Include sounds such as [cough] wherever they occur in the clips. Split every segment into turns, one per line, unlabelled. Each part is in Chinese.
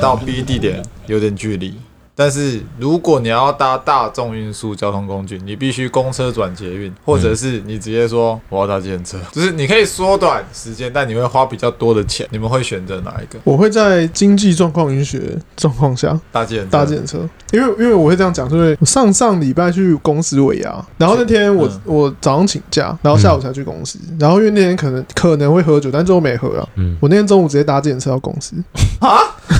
好 B 地点有点距离，但是如果你要搭大众运输交通工具，你必须公车转捷运，或者是你直接说我要搭计程车， [laughs] 就是你可以缩短时间，但你会花比较多的钱。你们会选择哪一个？
我会在经济状况允许的状况
嗯
下
搭计程车？
搭计程车，因为因为我会这样讲，是因为我上上礼拜去公司尾牙，然后那天我、
嗯
我早上请假，然后下午才去公司，然后因为那天可能可能会喝酒，但最后没喝啊。
嗯，
我那天中午直接搭计程车到公
[laughs]
司
啊。
[laughs]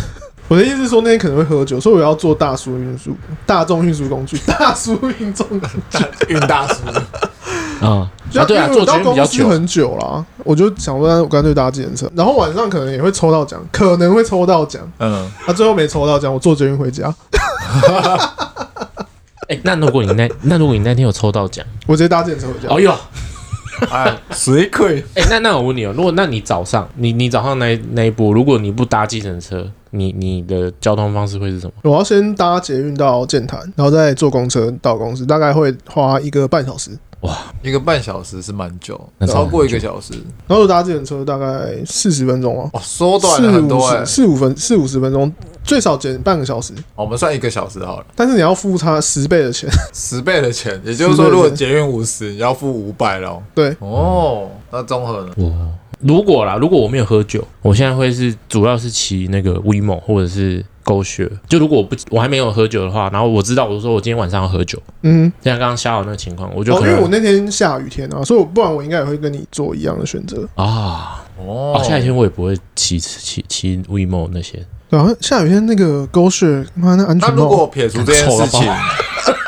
我的意思是说，那天可能会喝酒，所以我要坐大叔运输、大众运输工具、 [laughs] 大叔运众工具。
运大叔，
啊，
就
啊对啊，
因为
做
我
捷
到
运比
公
较
司
久，
很久啦，我就想说，那我干脆搭计程车，然后晚上可能也会抽到奖，可能会抽到奖，
[laughs] 嗯，
啊，最后没抽到奖，我坐捷运回家，
哎，那如果你那 [laughs] 那如果你那天有抽到奖，
我直接搭计程车回家。
哦哟，
哎，谁可以？
哎，那那我问你哦，如果那你早上你你早上那那一波，如果你不搭计程车，你你的交通方式会是什么？
我要先搭捷运到剑潭，然后再坐公车到公司，大概会花一个半小时。
一个半小时是蛮久
嗯
那，真的
超
很
过一个小时
然后我搭计程车大概四十分钟哦，
哦，缩短
四
了很
五
多哎、哦
十四五分四五十分钟，最少减半个小时，
我们算一个小时好了，
但是你要付他十倍的钱。 [laughs]
十倍的钱，也就是说，如果捷运五十，你要付五百喽。
对，
哦，那综合呢？
我如果啦，如果我没有喝酒，我现在会是主要是骑那个 WeMo 或者是 Go 雪。就如果我不我还没有喝酒的话，然后我知道我说我今天晚上要喝酒，
嗯，
像刚刚下午那个情况，我就
哦，
可
因为我
能
那天下雨天啊，所以我不然我应该也会跟你做一样的选择。
啊，
哦
哦，下雨天我也不会骑骑骑 WeMo 那些。
对啊，下雨天那个狗血，妈那安
那
全
如
帽。
果撇除这件事情
臭到，
[laughs]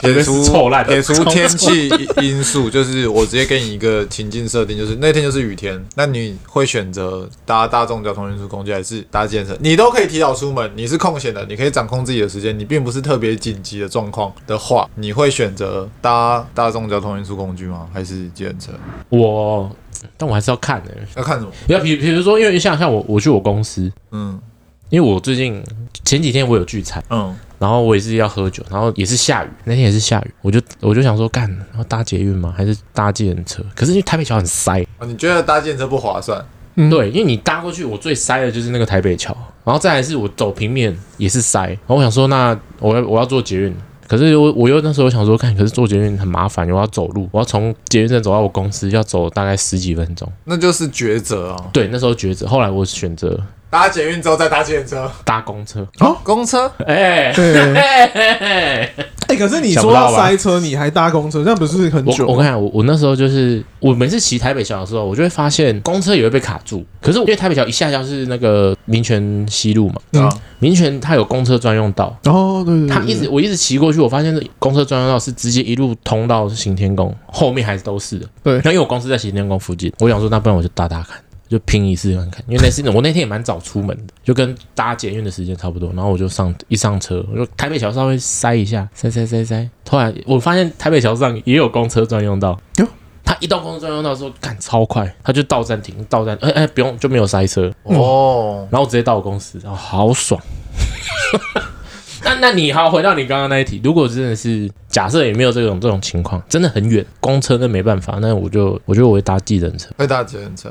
撇
[laughs]
除
臭烂
撇除天气因素，就是我直接给你一个情境设定，就是那天就是雨天，那你会选择搭大众交通运输工具还是搭健身？你都可以提早出门，你是空闲的，你可以掌控自己的时间，你并不是特别紧急的状况的话，你会选择搭大众交通运输工具吗？还是计程车？
我，但我还是要看的、欸。
要看什么？
要比比如说，因为像像我我去我公司，
嗯
因为我最近前几天我有聚餐，
嗯，
然后我也是要喝酒，然后也是下雨，那天也是下雨，我就我就想说干，要搭捷运吗？还是搭计程车？可是因为台北桥很塞，
哦你觉得搭建车不划算？
嗯
对，因为你搭过去，我最塞的就是那个台北桥，然后再来是我走平面也是塞，然后我想说，那我要我要坐捷运，可是我我又那时候想说，看，可是坐捷运很麻烦，我要走路，我要从捷运站走到我公司要走大概十几分钟，
那就是抉择啊！
对，那时候抉择，后来我选择
搭捷运之后再搭建车，
搭公车，
哦公车
哎、
对， [laughs] 哎、
哎
欸可是你
想不
说
到
到
吧
塞车，你还搭公车，那不是很
我
久？
我看我我那时候就是我每次骑台北桥的时候，我就会发现公车也会被卡住。可是因为台北桥一下就是那个民权西路嘛，
嗯
啊，
民权它有公车专用道，
哦，对对对，
他一直我一直骑过去，我发现公车专用道是直接一路通到行天宫，后面还是都是的。
对
然后因为我公司在行天宫附近，我想说那不然我就搭搭看，就拼一次看看。因为那是我那天也蛮早出门的，就跟搭捷运的时间差不多。然后我就上一上车，我就台北桥稍微塞一下，塞塞塞塞。突然我发现台北桥上也有公车专用道
哟。
他一到公车专用道的时候，干超快，他就到站停，到站，哎、哎、不用就没有塞车，
哦，
然后我直接到我公司，哦，好爽。 [laughs] 那那你好，回到你刚刚那一题，如果真的是假设也没有这种这种情况，真的很远，公车那没办法，那我就我觉得我会搭计程车，
会搭捷运车，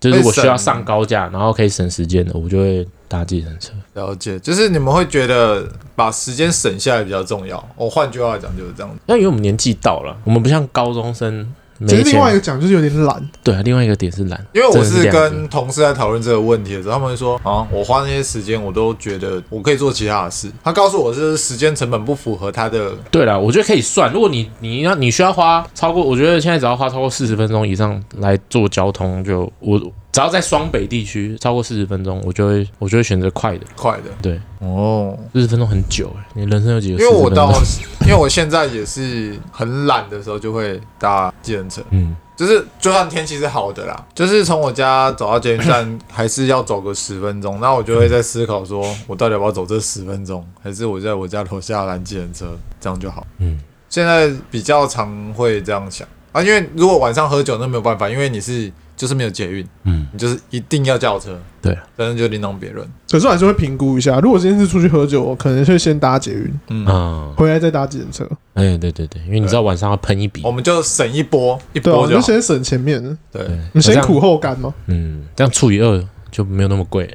就是如果
会省
需要上高架，然后可以省时间的，我就会搭计程车。
了解，就是你们会觉得把时间省下来比较重要。哦，换句话讲就是这样子。
那因为我们年纪到了，我们不像高中生
其
没
实另外一
钱。
个讲就是有点懒，
对啊，另外一个点是懒，
因为我
真的
是
是这样子
跟同事在讨论这个问题的时候，他们会说啊，我花那些时间，我都觉得我可以做其他的事。他告诉我，这是时间成本不符合他的
对了，我觉得可以算。如果你你要你需要花超过，我觉得现在只要花超过四十分钟以上来做交通，就我只要在双北地区超过四十分钟，我就会我就会选择快的。
快的。
对，
哦，
四十分钟很久哎、你人生有几个？
因为我到，因为我现在也是很懒的时候，就会搭计程车。
[laughs] 嗯，
就是就算天气是好的啦，就是从我家走到捷运
[laughs]
站还是要走个十分钟，那我就会在思考说，我到底要不要走这十分钟，还是我在我家楼下拦计程车，这样就好。
嗯，
现在比较常会这样想啊，因为如果晚上喝酒那没有办法，因为你是就是没有捷运，
嗯，
你就是一定要叫车，
对啊，
但是就另当别论。
可是我还是会评估一下。如果今天是出去喝酒，我可能会先搭捷运，
嗯，
啊，
回来再搭计程车。
哎、对对对，因为你知道晚上要喷一笔
我，们就省一波一
对啊，
波
我
就
就
好。
先省前面的，
对，
对
你
这
先
样
苦后甘嘛。
嗯，这样除以二就没有那么贵。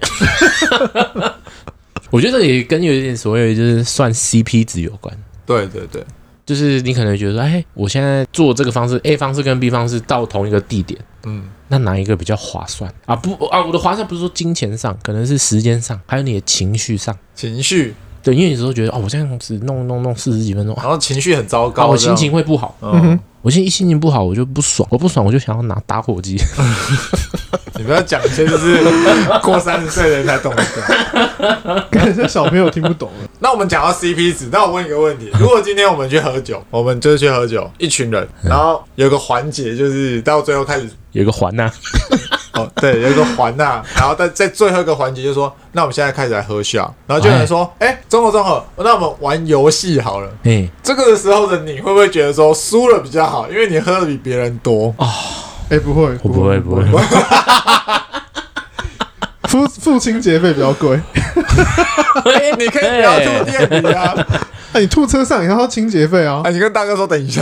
[laughs] 我觉得这也跟有一点所谓就是算 CP 值有关。
对对对，
就是你可能觉得说，哎，我现在做这个方式 A 方式跟 B 方式到同一个地点，
嗯，
那哪一个比较划算啊？不啊，我的划算不是说金钱上，可能是时间上，还有你的情绪上。
情绪，
对，因为有时候觉得哦，我这样子弄弄弄四十几分钟啊，
然后情绪很糟
啊
糕，
我
这
心
样
情，会不好。
嗯
嗯
哼，
我现在一心情不好，我就不爽，我不爽我就想要拿打火机。 [laughs]
你不要讲一些就是 [laughs] 过三十岁的人才懂的梗。
[laughs] 感觉小朋友听不懂
[laughs]
了。
那我们讲到 CP 值，那我问一个问题：如果今天我们去喝酒，我们就是去喝酒，一群人，然后有个环节就是到最后开始，
有一个环呐、啊
哦，对，有一个环呐、然后在在最后一个环节就说，那我们现在开始来喝笑，然后就有人说，哎、综合综合，那我们玩游戏好了。
哎、
这个的时候的你会不会觉得说输了比较好，因为你喝的比别人多？
哎，不会，
我不会不会，，
父父亲节费比较贵。
哎你可以不要吐店里啊！
那哎你吐车上也要清洁费
[laughs]
啊
啊，？你跟大哥说等一下，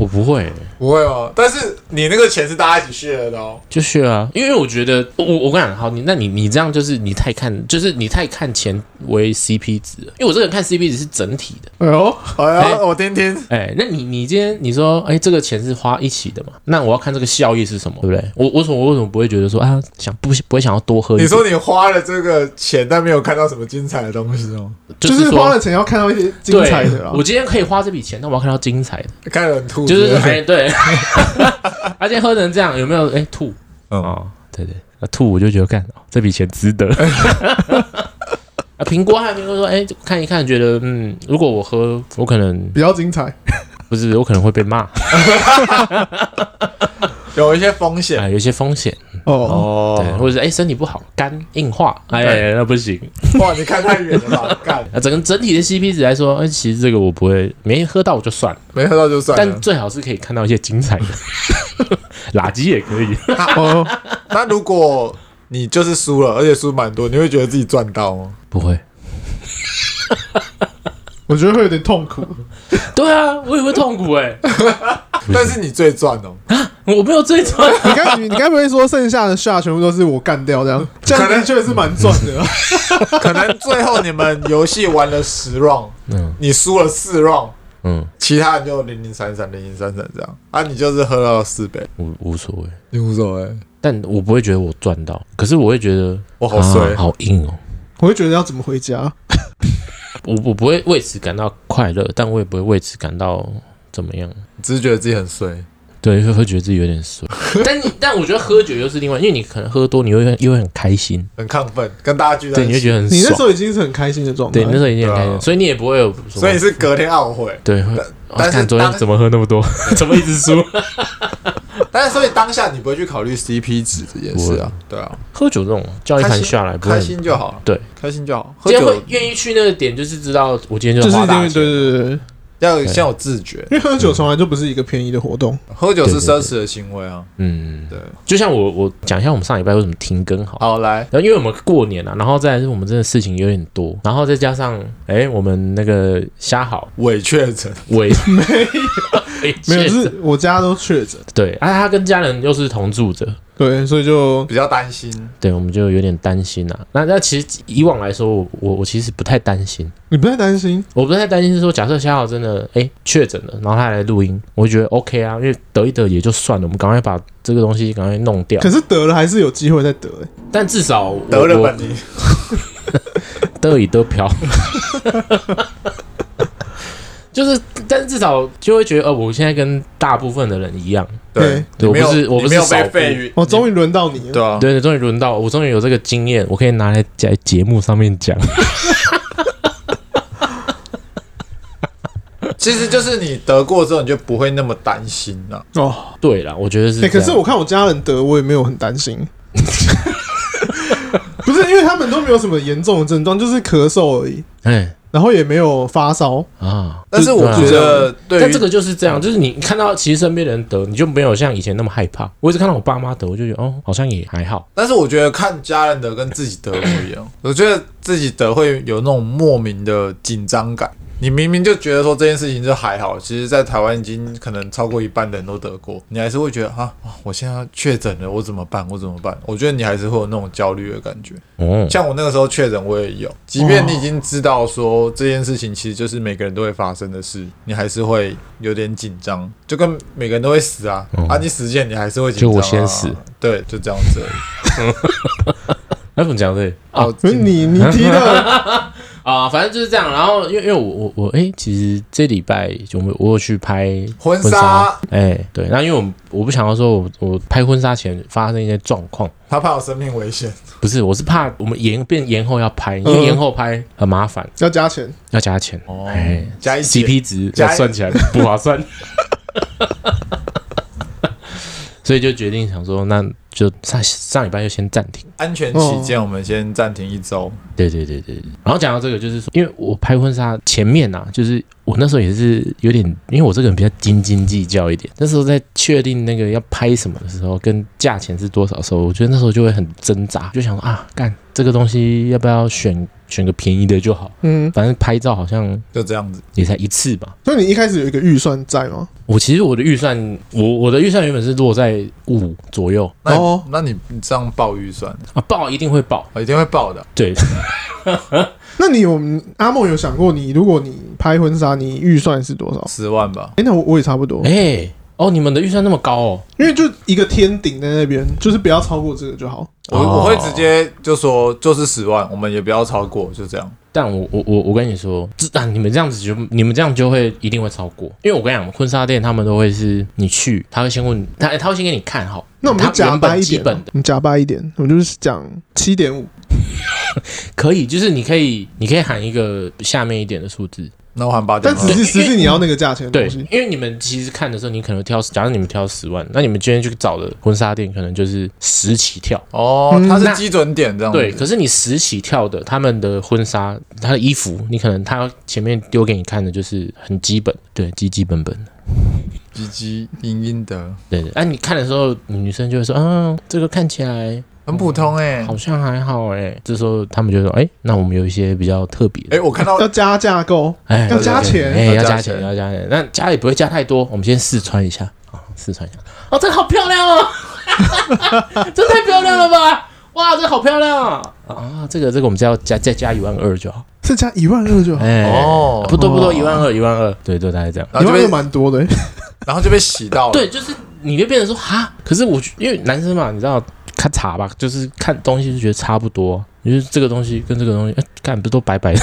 我不会、
不会哦。但是你那个钱是大家一起 share 的哦。
就是啊，因为我觉得我我我跟你讲，好，你那你你这样就是你太看，就是你太看钱为 CP 值了，因为我这个人看 CP 值是整体的。
哎呦，
哎
哎
呀，我听听，
哎、那你你今天你说，哎、这个钱是花一起的嘛？那我要看这个效益是什么，对不对？我我为什么我为什么不会觉得说啊，想不不会想要多喝一点？
你说你花了这个钱，但没有看到什么精彩的东西哦，
就
说
是花了钱要看到一些精彩的啦啊
对。我今天可以花这笔钱，但我要看到精彩的，
看人吐，
就是
对不
哎、
对
对， [laughs] 而且喝成这样有没有？哎、吐
嗯，
哦，对对，那吐我就觉得干，哦这笔钱值得。 [laughs] 啊，评估还有评估说，哎、看一看，觉得嗯，如果我喝，我可能
比较精彩，
不是，我可能会被骂，啊、
有一些风险
啊有一些风险，
哦，
对，
哦。
或者是哎、身体不好，肝硬化，哎、
对
那不行。
哇，你看太远了吧？干，
啊，整个整体的 CP 值来说，哎、其实这个我不会，没喝到我就算了，
没喝到就算
但
了。
最好是可以看到一些精彩的， [laughs] 垃圾也可以。
哦，
那如果你就是输了，而且输蛮多，你会觉得自己赚到吗？
不会，
我觉得会有点痛苦。
对啊，我也会痛苦哎、
但是你最赚哦，
我没有最赚，
你该你你该不会说剩下的下全部都是我干掉这
[laughs]
样？这样的确是蛮赚的啊。
可能最后你们游戏玩了十 round，
嗯
你输了四 round，
嗯，
其他人就零零散散、零零散散这样啊，你就是喝到四杯，
无无所谓，
你无所谓。
但我不会觉得我赚到，可是我会觉得
我好衰
啊好硬哦。
我会觉得要怎么回家？
我我不会为此感到快乐，但我也不会为此感到怎么样。
只是觉得自己很衰。
对，会会觉得自己有点 [laughs] 衰，但你但我觉得喝酒又是另外，因为你可能喝多，你会又会很开心，
很亢奋，跟大家聚在
对，
一
你会
起，
觉得很
你那时
爽，
候已经是很开心的状态。
对，你那时候已经很开
对
心，
啊
所以你也不会有什么，
所以你是隔天懊悔。
对，会哦
但是
看昨天
当
怎么喝那么多，怎么一直输？
[laughs] 但是所以当下你不会去考虑 CP 值这件事啊，对啊，
[laughs] 喝酒这种叫一
开
盘
心
下来不会
开
很，
心就好，啊
对，
开心就好。喝
今天会
酒
愿意去那个点，就是知道我今天
就是
就花
因
大
为对
钱
对对对，
要有先有自觉，
因为喝酒从来就不是一个便宜的活
嗯
动。
喝酒是
对对
奢侈的行为啊。
嗯，
对，
就像我我讲一下我们上礼拜为什么停更好了。
好来，
然后因为我们过年啊，然后再来是我们真的事情有点多，然后再加上哎、我们那个虾好
伪确诊， [laughs]
尾没 [laughs] 有
没有，就是我家都确诊，
对，啊，他跟家人又是同住者，
对，所以就
比较担心，
对，我们就有点担心啊。那那其实以往来说，我我我其实不太担心，
你不太担心，
我不太担心是说，假设虾好真的哎确诊了，然后他来录音，我觉得 OK 啊，因为得一得也就算了，我们赶快把这个东西赶快弄掉
可。是得了还是有机会再得、欸。
但至少我
得了
我
本你
得以得 [laughs] 嫖。就是，但是至少就会觉得，呃，我现在跟大部分的人一样，
对，
对
你没有
我不是我不是
你没有
少
被
部
废语，
哦，终于轮到你了。
对啊，
对对，终于轮到我，终于有这个经验，我可以拿来在节目上面讲。
其实就是你得过之后，你就不会那么担心啊了。
哦，
[laughs] 对啦，我觉得是
哎、
这样、
可是我看我家人得，我也没有很担心。 [laughs] 不是，因为他们都没有什么严重的症状，就是咳嗽而已，
哎
然后也没有发烧。
啊，
但是我觉得，对
但
于
这个就是这样，就是你看到其实身边的人得，你就没有像以前那么害怕。我一直看到我爸妈得，我就觉得哦，好像也还好。
但是我觉得看家人 [laughs] 的跟自己得不一样，我觉得自己得会有那种莫名的紧张感。你明明就觉得说这件事情就还好，其实，在台湾已经可能超过一半的人都得过，你还是会觉得啊，哇我现在确诊了，我怎么办？我怎么办？我觉得你还是会有那种焦虑的感觉。
哦，
像我那个时候确诊，我也有，即便你已经知道说这件事情其实就是每个人都会发生的事，你还是会有点紧张，就跟每个人都会死啊，
嗯
啊，你死前你还是会紧张、啊。
就我先死，
对，就这样子而已。
那怎么讲对？
哦，
可是你你提的，
啊，反正就是这样。然后因为因为我我我哎、其实这礼拜我们我有去拍
婚
婚纱
纱，，
哎、对。那因为我我不想要说我我拍婚纱前发生一些状况，
他怕有生命危险，
不是，我是怕我们延变延后要拍，因
嗯
为延后拍很麻烦，
要加钱，
要加钱，
哦
哎、
加一起
CP 值
加
要算起来不划算， [laughs] 所以就决定想说，那就上上礼拜就先暂停。
安全起见，
哦
我们先暂停一周。
对对对对，对然后讲到这个，就是说，因为我拍婚纱前面啊，就是我那时候也是有点，因为我这个人比较斤斤计较一点。那时候在确定那个要拍什么的时候，跟价钱是多少的时候，我觉得那时候就会很挣扎，就想说啊，干这个东西要不要选选个便宜的就好，
嗯，
反正拍照好像
就这样子，
也才一次吧。
所以你一开始有一个预算在吗？
我其实我的预算，我我的预算原本是落在五左右
那你、
哦
那你你这样报预算，哦
啊，爆一定会爆，
我一定会报的。
对，
那你有阿梦有想过你，如果你拍婚纱，你预算是多少？
十万吧，
哎、那我我也差不多，
哎、哦，你们的预算那么高哦，
因为就一个天顶在那边，就是不要超过这个就好。
我、
哦
我会直接就说就是十万，我们也不要超过，就这样。
但我我我我跟你说，这啊，你们这样子就你们这样就会一定会超过，因为我跟你讲，婚纱店他们都会是你去，他会先问他，他会先给你看好，
那我们就
他
假
原
掰
本
一
基
点
本
啊
的，
你假掰一点，我就是讲七点五，
可以，就是你可以你可以喊一个下面一点的数字，
那我喊八点
但
吗，
只是只是你要那个价钱的
对
东西，，
因为你们其实看的时候，你可能挑，假如你们挑十万，那你们今天去找的婚纱店可能就是十起跳，
哦，它
嗯那
是基准点这样子。
对，可是你十起跳的他们的婚纱，他的衣服，你可能他前面丢给你看的就是很基本，对，基基本本。
唧唧嘤嘤的，
对对，哎、你看的时候，女生就会说，嗯，这个看起来
很普通哎、欸。
嗯好像还好哎、这时候他们就说，哎、那我们有一些比较特别
哎、
的，
我看到
要加架构，
哎、
要加钱
哎、要
要
加
加
钱，
钱
要加钱。那加也不会加太多，我们先试穿一下啊，试穿一下。哦，这个好漂亮哦， [laughs] 这太漂亮了吧！哇，这个好漂亮啊！啊，这个这个我们只要加再加一万二就好。
是加一万二就好，
哎、
哦
不多不多，
哦
一万二一万二，对对，大概这样。
然
一
后就
万二
被
蛮多的、欸
然后就被洗到了。
对，，就是你就变成说哈，可是我因为男生嘛，你知道看茶吧，就是看东西就觉得差不多，你就是这个东西跟这个东西，哎、干不是都白白的，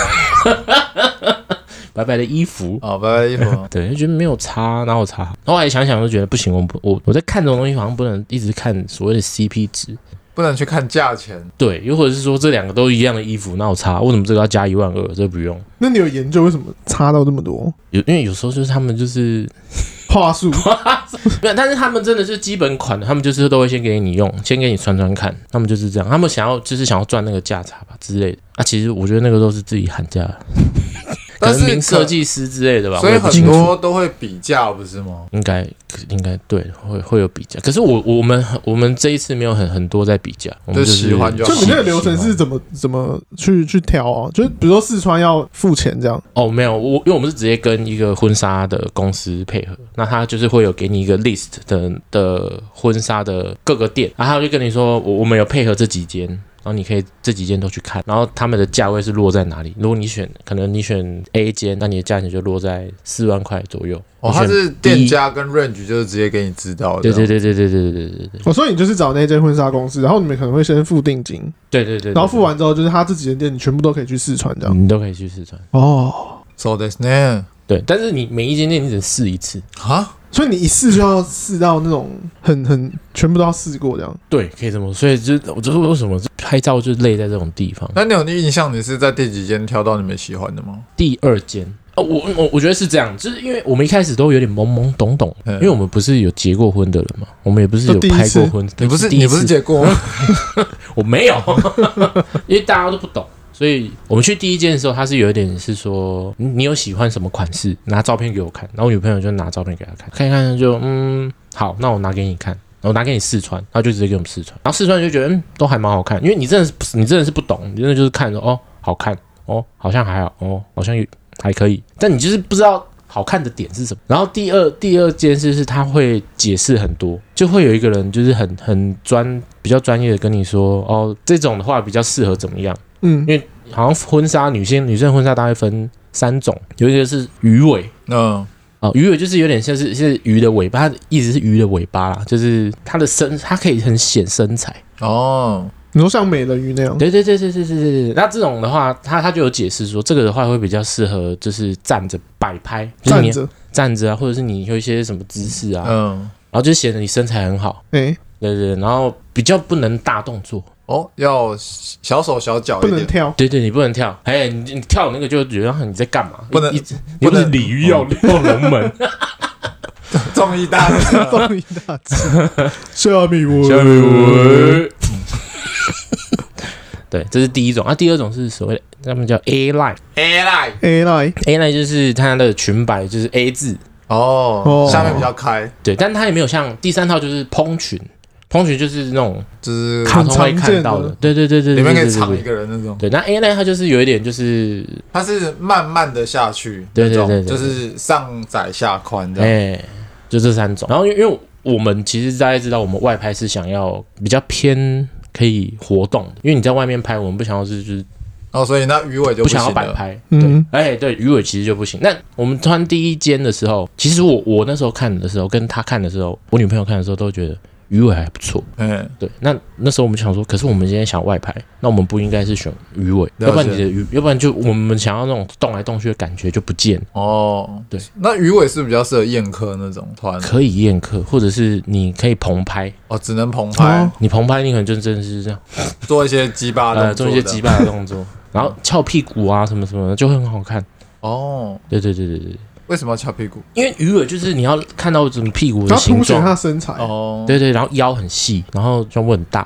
[laughs] 白白的衣服。。
哦，拜拜衣服
对，就觉得没有差，哪有差？然后后来想想，就觉得不行，我不我我在看这种东西，好像不能一直看所谓的 CP 值，
不能去看价钱，
对，又或者是说这两个都一样的衣服，哪有差？为什么这个要加一万二？这个不用，
那你有研究为什么差到这么多
有因为有时候就是他们就是
话术？
没有，但是他们真的是基本款的，他们就是都会先给你用，先给你穿穿看，他们就是这样，他们想要就是想要赚那个价差吧之类的。啊，其实我觉得那个都是自己喊价，可
但
能
是
名
可
设计师之类的吧，
所
啊我
以
也不
很
清楚
多都会比价，不是吗？
应该应该对，会会有比价。可是我我们我们这一次没有很很多在比价，我们
就喜欢就
就
好
就你那个流程
喜
是
欢
怎么怎么去去调啊？就是比如说试穿要付钱这样，
哦，没有，我因为我们是直接跟一个婚纱的公司配合，那他就是会有给你一个 list 的的婚纱的各个店，然后他就跟你说，我我们有配合这几间。然后你可以这几间都去看，然后他们的价位是落在哪里？如果你选，可能你选 A 间，那你的价钱就落在四万块左右。
哦，
你选
它是
B
店，家跟 range 就是直接给你知道的。
对对对对对对对对对
我、哦所以你就是找那间婚纱公司，然后你们可能会先付定金，
对对对，嗯
然后付完之后就是他这几间店你全部都可以去试穿这样。
你都可以去试穿。
哦，
，so this name
对，但是你每一间店你只能试一次。
啊，
所以你一试就要试到那种很很全部都要试过这样。
对，可以这么说。所以就是我就是为什么拍照就累在这种地方。
那你有印象你是在第几间挑到你们喜欢的吗？
第二间。哦，我我我觉得是这样，就是因为我们一开始都有点懵懵懂懂，
嗯
因为我们不是有结过婚的人嘛，我们也不是有
就第一
拍过
次
婚，对
你不是
第一
你不是
次
结过
[laughs]
吗？
我没有， [laughs] 因为大家都不懂，所以我们去第一间的时候，他是有一点是说，嗯你有喜欢什么款式，拿照片给我看，然后我女朋友就拿照片给他看，看一看就嗯好，那我拿给你看。然后拿给你试穿，他就直接给我们试穿，然后试穿就觉得嗯都还蛮好看，因为你真的是不是你真的是不懂，你真的就是看着哦好看哦好像还好哦好像有还可以，但你就是不知道好看的点是什么。然后第二第二件事是他会解释很多，就会有一个人就是很很专比较专业的跟你说，哦，这种的话比较适合怎么样。
嗯
因为好像婚纱，女性女生婚纱大概分三种，有一个是鱼尾
嗯
啊、鱼尾就是有点像是是鱼的尾巴，它的意思是鱼的尾巴啦，就是它的身，它可以很显身材。
哦，
你说像美人鱼那样，
对对对对对对对对。那这种的话，他他就有解释说，这个的话会比较适合就是站着摆拍，就是
站
你
着，
站着啊，或者是你有一些什么姿势啊，
嗯，
然后就显得你身材很好。
哎，
对对，对然后比较不能大动作，
哦，要小手小脚
哦
不
一
能
点，
[laughs]
跳，
对对，你不能跳，哎，你你跳那个就觉得啊你在干嘛？
不能嗯
一直你又不是鲤鱼要跳
[laughs]
龙门，
综艺大
[laughs]
师
动一大只，下面我，
下面我。 [laughs] 对，这是第一种啊，第二种是所谓的他们叫 A line。
A line
A line，
A line 就是它的裙摆就是 A 字，
哦
哦，
下面比较开，
对，但它也没有像第三套就是蓬裙，蓬裙就是那种
就是
卡通
很
会
常见
看
的
到的，对对对对，
里面可
对
以
对
藏
对
一个人那种，
对，那 A line 它就是有一点就是，
它是慢慢的下去，
对对
那种
对对对
就是上窄下宽的，
哎、就这三种。然后因为因为我们其实大家知道，我们外拍是想要比较偏可以活动的，因为你在外面拍，我们不想要是就是
哦，所以那鱼尾就
不
行
想要摆
了，
拍，
嗯，
哎、对，鱼尾其实就不行。那我们穿第一间的时候，其实我我那时候看的时候，跟他看的时候，我女朋友看的时候都觉得鱼尾还不错。
嗯，
对，那那时候我们想说，可是我们今天想外拍，那我们不应该是选鱼尾，
了解
要不然你的鱼，要不然就我们想要那种动来动去的感觉就不见了。
哦，
对，
那鱼尾是比较适合宴客那种团，
可以宴客，或者是你可以棚拍，
哦，只能澎湃
哦，
你棚拍你可能就真的是这样，
做一些鸡巴
呃，
动作的，
做一些击败的
[laughs]
动作，然后翘屁股啊什么什么的就会很好看。
哦，
对对对对对，
为什么要翘屁股？
因为鱼尾就是你要看到整个屁股的
然后
形
凸显
状，
他身材，
哦，
哎对对，然后腰很细，然后胸部很
[laughs]
大，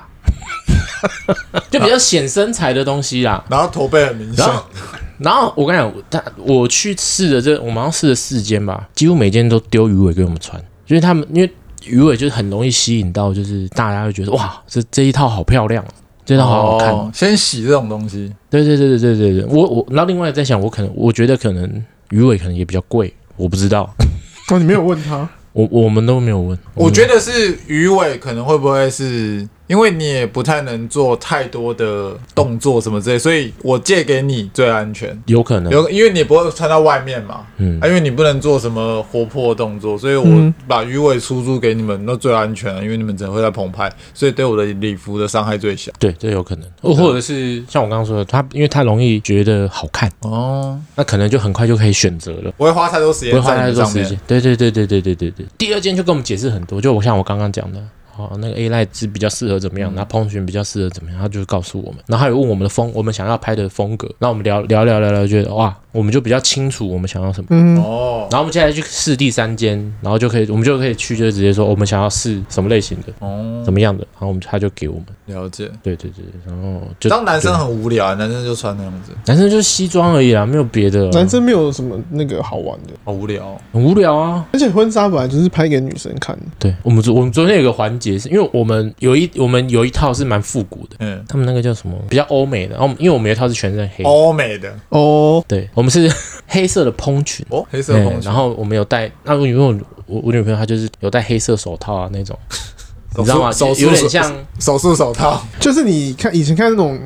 就比较显身材的东西啦。
然后头背很明显
然，后，然后我跟你讲，我他我去试的这，我们好像试了四间吧，几乎每间都丢鱼尾给我们穿，因为他们因为鱼尾就是很容易吸引到，就是大家会觉得哇，这这一套好漂亮，这一套好好看。嗯
哦先洗这种东西，
对对对对对对对，我我然后另外在想，我可能我觉得可能鱼尾可能也比较贵，我不知道，
哦，你没有问他，
我我们都没有问。
我
得
觉得是鱼尾可能会不会是因为你也不太能做太多的动作什么之类，所以我借给你最安全。
有可能，
有，因为你不会穿到外面嘛，
嗯
啊，因为你不能做什么活泼的动作，所以我
嗯
把鱼尾出租给你们，那最安全、啊，因为你们只会在澎湃，所以对我的礼服的伤害最小。
对，这有可能，
啊
哦或或者是像我刚刚说的，他因为他容易觉得好看，
哦，
那可能就很快就可以选择了。
不会花太多时
不
间
会花
在
太
你
多
上
时
面
间。。对对对对对对对对。第二件就跟我们解释很多，就我像我刚刚讲的，哦，那个 A line 是比较适合怎么
嗯
样，然后蓬裙比较适合怎么样，他就告诉我们，然后还有问我们的风，我们想要拍的风格，那我们聊聊聊聊聊，觉得哇，我们就比较清楚我们想要什么。
嗯，
哦
然后我们现在去试第三间，然后就可以，我们就可以去，就直接说我们想要试什么类型的，
哦，
怎么样的，然后我们他就给我们，
了解。
对对对，对然后就
当男生很无聊，男生就穿那样子，
男生就是西装而已啦，没有别的啊，
男生没有什么那个好玩的，
好无聊哦。
很无聊啊，
而且婚纱本来就是拍给女生看的，
对我们昨我们昨天有个环节是，因为我们有一我们有一套是蛮复古的，
嗯，
他们那个叫什么比较欧美的，然后我们因为我们有一套是全身黑，
欧美的
哦，
对我们是 [laughs] 黑色的蓬裙，
哦，黑色风
哎
情，
然后我们有戴，那因为我我我女朋友她就是有戴黑色手套啊那种，
手
你知道吗？
手
就
术
有点像
手术手套，
[laughs] 就是你看以前看那种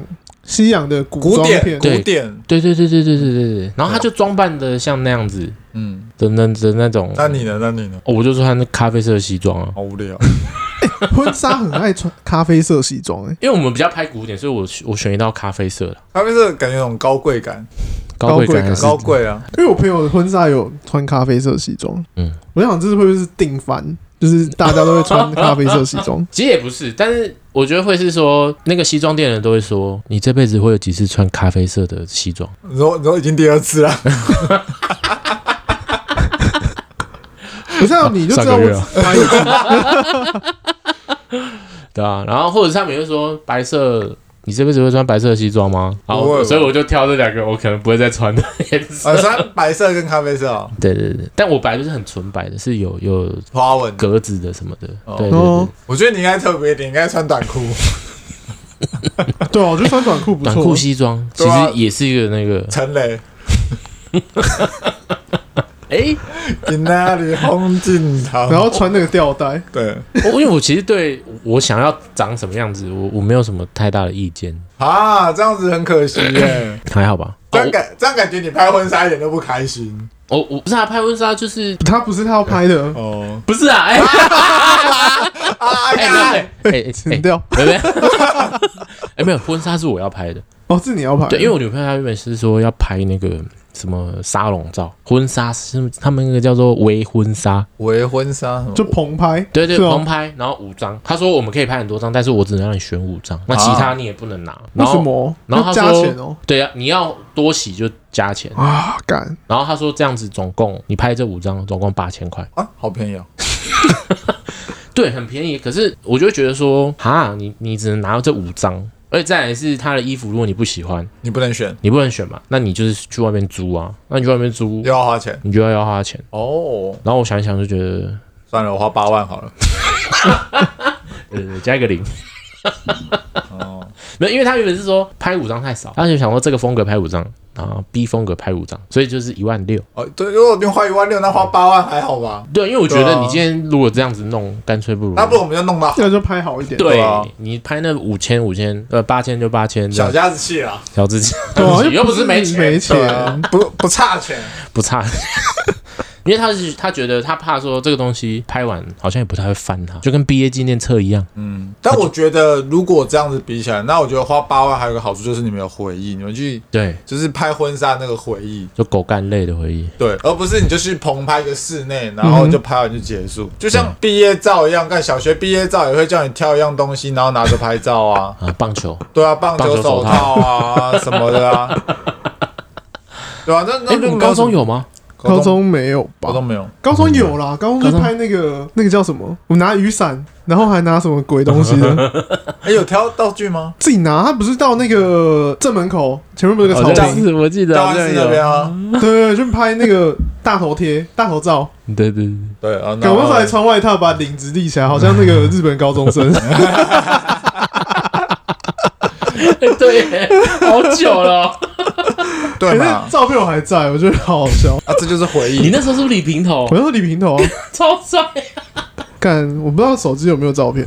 西洋的古
古
装
典
片，
古
对
典，
对对对对对对对对，然后她就装扮的像那样子
嗯，
的那的那种，
那你呢？那你呢？
哦，我就穿那咖啡色的西装啊。
好无聊，
婚纱很爱穿咖啡色西装，哎，
因为我们比较拍古典，所以我我选一套咖啡色的，
咖啡色感觉有种高贵感，
高贵
高贵
感
感
还是
高贵啊，
因为我朋友的婚纱有穿咖啡色西装，
嗯
嗯，我想这是会不会是定番，就是大家都会穿咖啡色西
[laughs]，
装
其实也不是，但是我觉得会是说，那个西装店的人都会说，你这辈子会有几次穿咖啡色的西装？
你说你说已经第二次了， [laughs]
不是、啊、你就知道
上个
我
月啊
只穿一次，
[laughs] 对啊，然后或者是他们就说白色。你这辈子会穿白色的西装吗？好
不会，吧
所以我就挑这两个我可能不会再穿的 [laughs] 颜色。
啊，穿白色跟咖啡色哦，
对对对，但我白就是很纯白的，是有有
花纹。
格子的什么的。
哦
对对对
哦，
我觉得你应该特别一点，你应该穿短裤， [laughs]
对啊，我觉得穿短裤不
短
错
裤，西装其
对
实
啊 [laughs]
也是一个那个，
陈雷
哎、
你那里红镜头，
然后穿那个吊带，
[laughs] 对
我因为我其实对我想要长什么样子，我我没有什么太大的意见，
啊，这样子很可惜
[laughs]
耶。
还好吧。
这样感这样感觉你拍婚纱一点都不开心
我我我不是啊，拍婚纱就是
他不是他要拍的，
哦。
不是啊？哎、
啊，
欸、[laughs] 哎
干
哎哎
剪掉
没有没有，哎没有，婚纱是我要拍的。
哦，是你要拍的，
对，因为我女朋友她原本是说要拍那个什么沙龙照，婚纱是他们那个叫做微婚纱，
围婚纱哦
就棚拍，
对对，
是啊吗
棚拍，然后五张。她说我们可以拍很多张，但是我只能让你选五张，那其他你也不能拿。
啊为
然
什
后？
么？
然后
要
她
加
说
钱哦，
对啊，你要多洗就加钱。
啊，干，
然后她说这样子总共你拍这五张总共八千块，
啊，好便宜哦。
对，很便宜。可是我就会觉得说，哈，你你只能拿到这五张。而且再来是她的衣服，如果你不喜欢，
你不能选，
你不能选嘛，那你就是去外面租啊。那你去外面租
又，要花钱
你就要要花钱。
哦。
然后我想一想就觉得，
算了，我花八万好了。
呃，加一个零。
哦，
没有，因为他原本是说拍五张太少，他就想说这个风格拍五张，然后 B 风格拍五张，所以就是一万六。
哦，对，如果你花一万六，那花八万还好吧？
对，因为我觉
对
得
啊
你今天如果这样子弄，干脆不如
那不如我们就弄到
这个就拍好一点，
对
对啊
你拍那五千五千呃八千就八千这
小
样，
家子气啦，
小自己
对
[laughs]
啊，
又不是没钱
没
对啊
钱，，
不不差钱。
不差。 [laughs] 因为他是他觉得他怕说这个东西拍完好像也不太会翻他，就跟毕业纪念册一样。
嗯但我觉得如果这样子比起来，那我觉得花八万还有一个好处就是你们有回忆，你们去
对，
就是拍婚纱那个回忆，
就狗干类的回忆。，
对，而不是你就去棚拍个室内，然后就拍完就结束，就像毕业照一样，干小学毕业照也会叫你挑一样东西，然后拿着拍照啊
啊，棒球，
对啊，棒
棒
球
球手
手套啊什么的啊，对啊，那
哎，
那
你
那
高中有吗？
高
高中没有
高
吧？
中没有，
高中有啦，高中
高
就
中
拍那个那个叫什么？我拿雨伞，然后还拿什么鬼东西的，
哎，有挑道具吗？
自己拿。他不是到那个正门口前面不是有个
好
草
像
坪？
是，我记得
道
好
安
像
寺那边
有。
啊，
对对，对就拍那个大头贴、大头照。
对对对，
对啊，
赶快来穿外套，把领子立起来，好像那个日本高中生。
哎对耶，好久了哦。
对
那
嘛，
照片我还在，我觉得好好笑。
啊，这就是回
你
忆。
那时候是不是理平头
我？要理平头啊，
超帅。
干，我不知道手机有没有照片。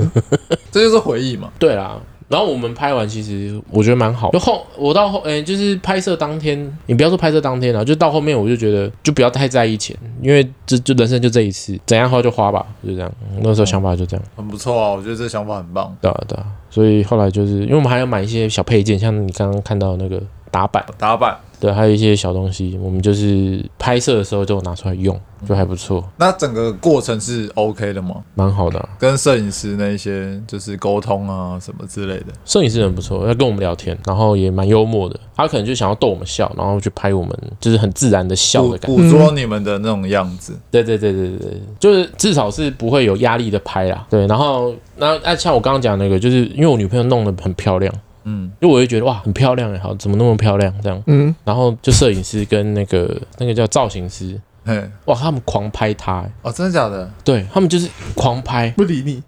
这就是回忆嘛，
对啦，然后我们拍完，其实我觉得蛮好。就后我到后，哎、就是拍摄当天，你不要说拍摄当天啊，就到后面我就觉得，就不要太在意钱，因为这就人生就这一次，怎样花就花吧，就这样。那时候想法就这样，
很不错啊，我觉得这想法很棒。
对啊对啊。所以后来就是因为我们还要买一些小配件，像你刚刚看到的那个打板，
打板，
对，还有一些小东西，我们就是拍摄的时候就拿出来用，就还不错，
那整个过程是 OK 的吗？
蛮好的啊、
跟摄影师那一些就是沟通啊什么之类的。
摄影师人不错，他跟我们聊天，然后也蛮幽默的。他可能就想要逗我们笑，然后去拍我们就是很自然的笑
捕
的感觉。
捕捉你们的那种样子，
对对对对对对，就是至少是不会有压力的拍啦。对，然后那那像我刚刚讲那个，就是因为我女朋友弄得很漂亮，
嗯，
因为我就觉得哇很漂亮哎，好怎么那么漂亮这样。
嗯，
然后就摄影师跟那个那个叫造型师，
嘿，
哇他们狂拍她欸，
哦，真的假的？
对他们就是狂拍，
不理你，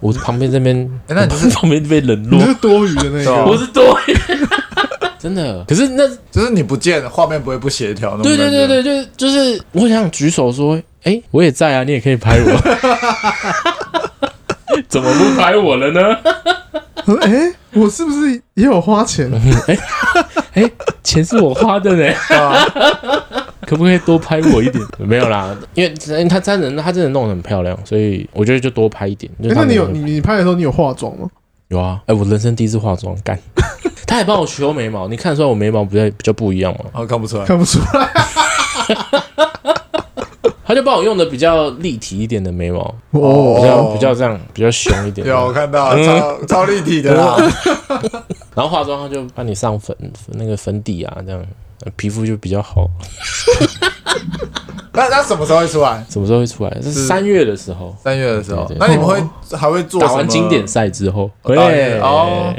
我是旁边这边，
[laughs] 哎那你就是
[laughs] 旁边被冷
你
落，
是多余的那
对啊
个。
我是多余。
[laughs]
真的，可是那
就是你不见了，画面不会不协调，那种
对对
感觉，
对对，就是就是，我想举手说，哎、我也在啊，你也可以拍我，
[laughs]
怎么不拍我 [laughs] 了呢？
我说哎，我是不是也有花钱？
嗯钱是我花的呢，
对啊，
可不可以多拍我一点？ [laughs] 没有啦，因为因为他真的他真的弄得很漂亮，所以我觉得就多拍一点。就
哎
是他
那你有
弄得
你你拍的时候你有化妆吗？
有啊？哎、我人生第一次化妆，干。他还帮我修眉毛，你看得出来我眉毛比较比较不一样吗？
哦，看不出来，
看不出来。
他就帮我用的比较立体一点的眉毛，
哦，
比较、
哦
比较这样比较凶一点。
有我看到
嗯
超超立体的啦，
然后化妆，他就帮你上粉那个粉底啊，这样呃皮肤就比较好。
那那什么时候会出来？
什么时候会出来？是
是
三月的时候，
三月的时候
对，对
那你们会还会做
打
什
完
么
经典赛之后。
哦打完哦，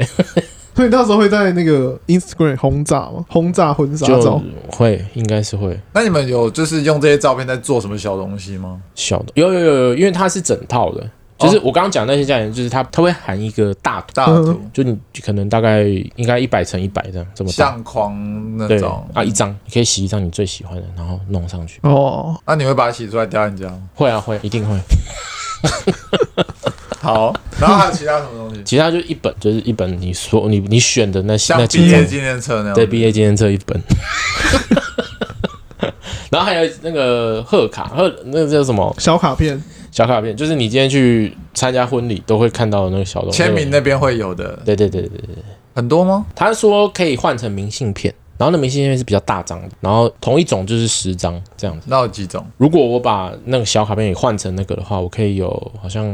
所以你到时候会在那个 Instagram 轰炸吗？轰炸婚纱
就
照？
会应该是会
那你们有就是用这些照片在做什么小东西吗？
小的，有有有有，因为它是整套的，就是我刚刚讲那些价钱，就是它它会含一个大图，
大图、
就你可能大概应该一百乘一百这样这么大，
相框那
嗯对
种。
啊，一张你可以洗一张你最喜欢的，然后弄上去。
哦，
那、你会把它洗出来雕你家吗？
会啊会，一定会。？
好，然后还有其他什么东
[laughs]
西
其他就一本，就是一本你说你你选的那
像
那
毕
几张
业，纪念册那样。
对毕业纪念册一本。 [laughs] 然后还有那个贺卡，贺那个叫什么
小卡片，
小卡片，就是你今天去参加婚礼都会看到的那个小东西。
签名那边会有的，
对对对对对，对
很多吗？
他说可以换成明信片，然后那明信片是比较大张的，然后同一种就是十张这样子。
那有几种？
如果我把那个小卡片也换成那个的话，我可以有好像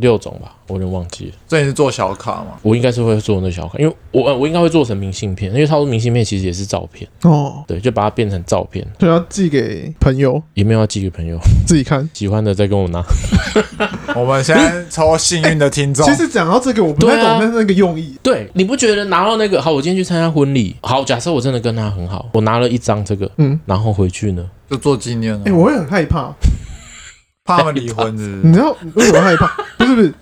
六种吧，我有点忘记了。
所以你是做小卡
[laughs]
嘛？
我应该是会做那小卡，因为我呃我应该会做成明信片，因为他说明信片其实也是照片，
哦，
对，就把它变成照片，
就要寄给朋友
也没有要寄给朋友，
自己看。
喜欢的再跟我拿。
我们现在抽幸运的听众
其，实讲到这个，我不太
对啊
懂那那个用意。
[laughs] 对，你不觉得拿到那个好？我今天去参加婚礼，好，假设我真的跟他很好，我拿了一张这个，
嗯，
然后回去呢，
就做纪念
嗯
哎，
了。
我会很害怕，
怕他们离婚是不
你 [laughs]
是？
知道为什么害怕？不是不是，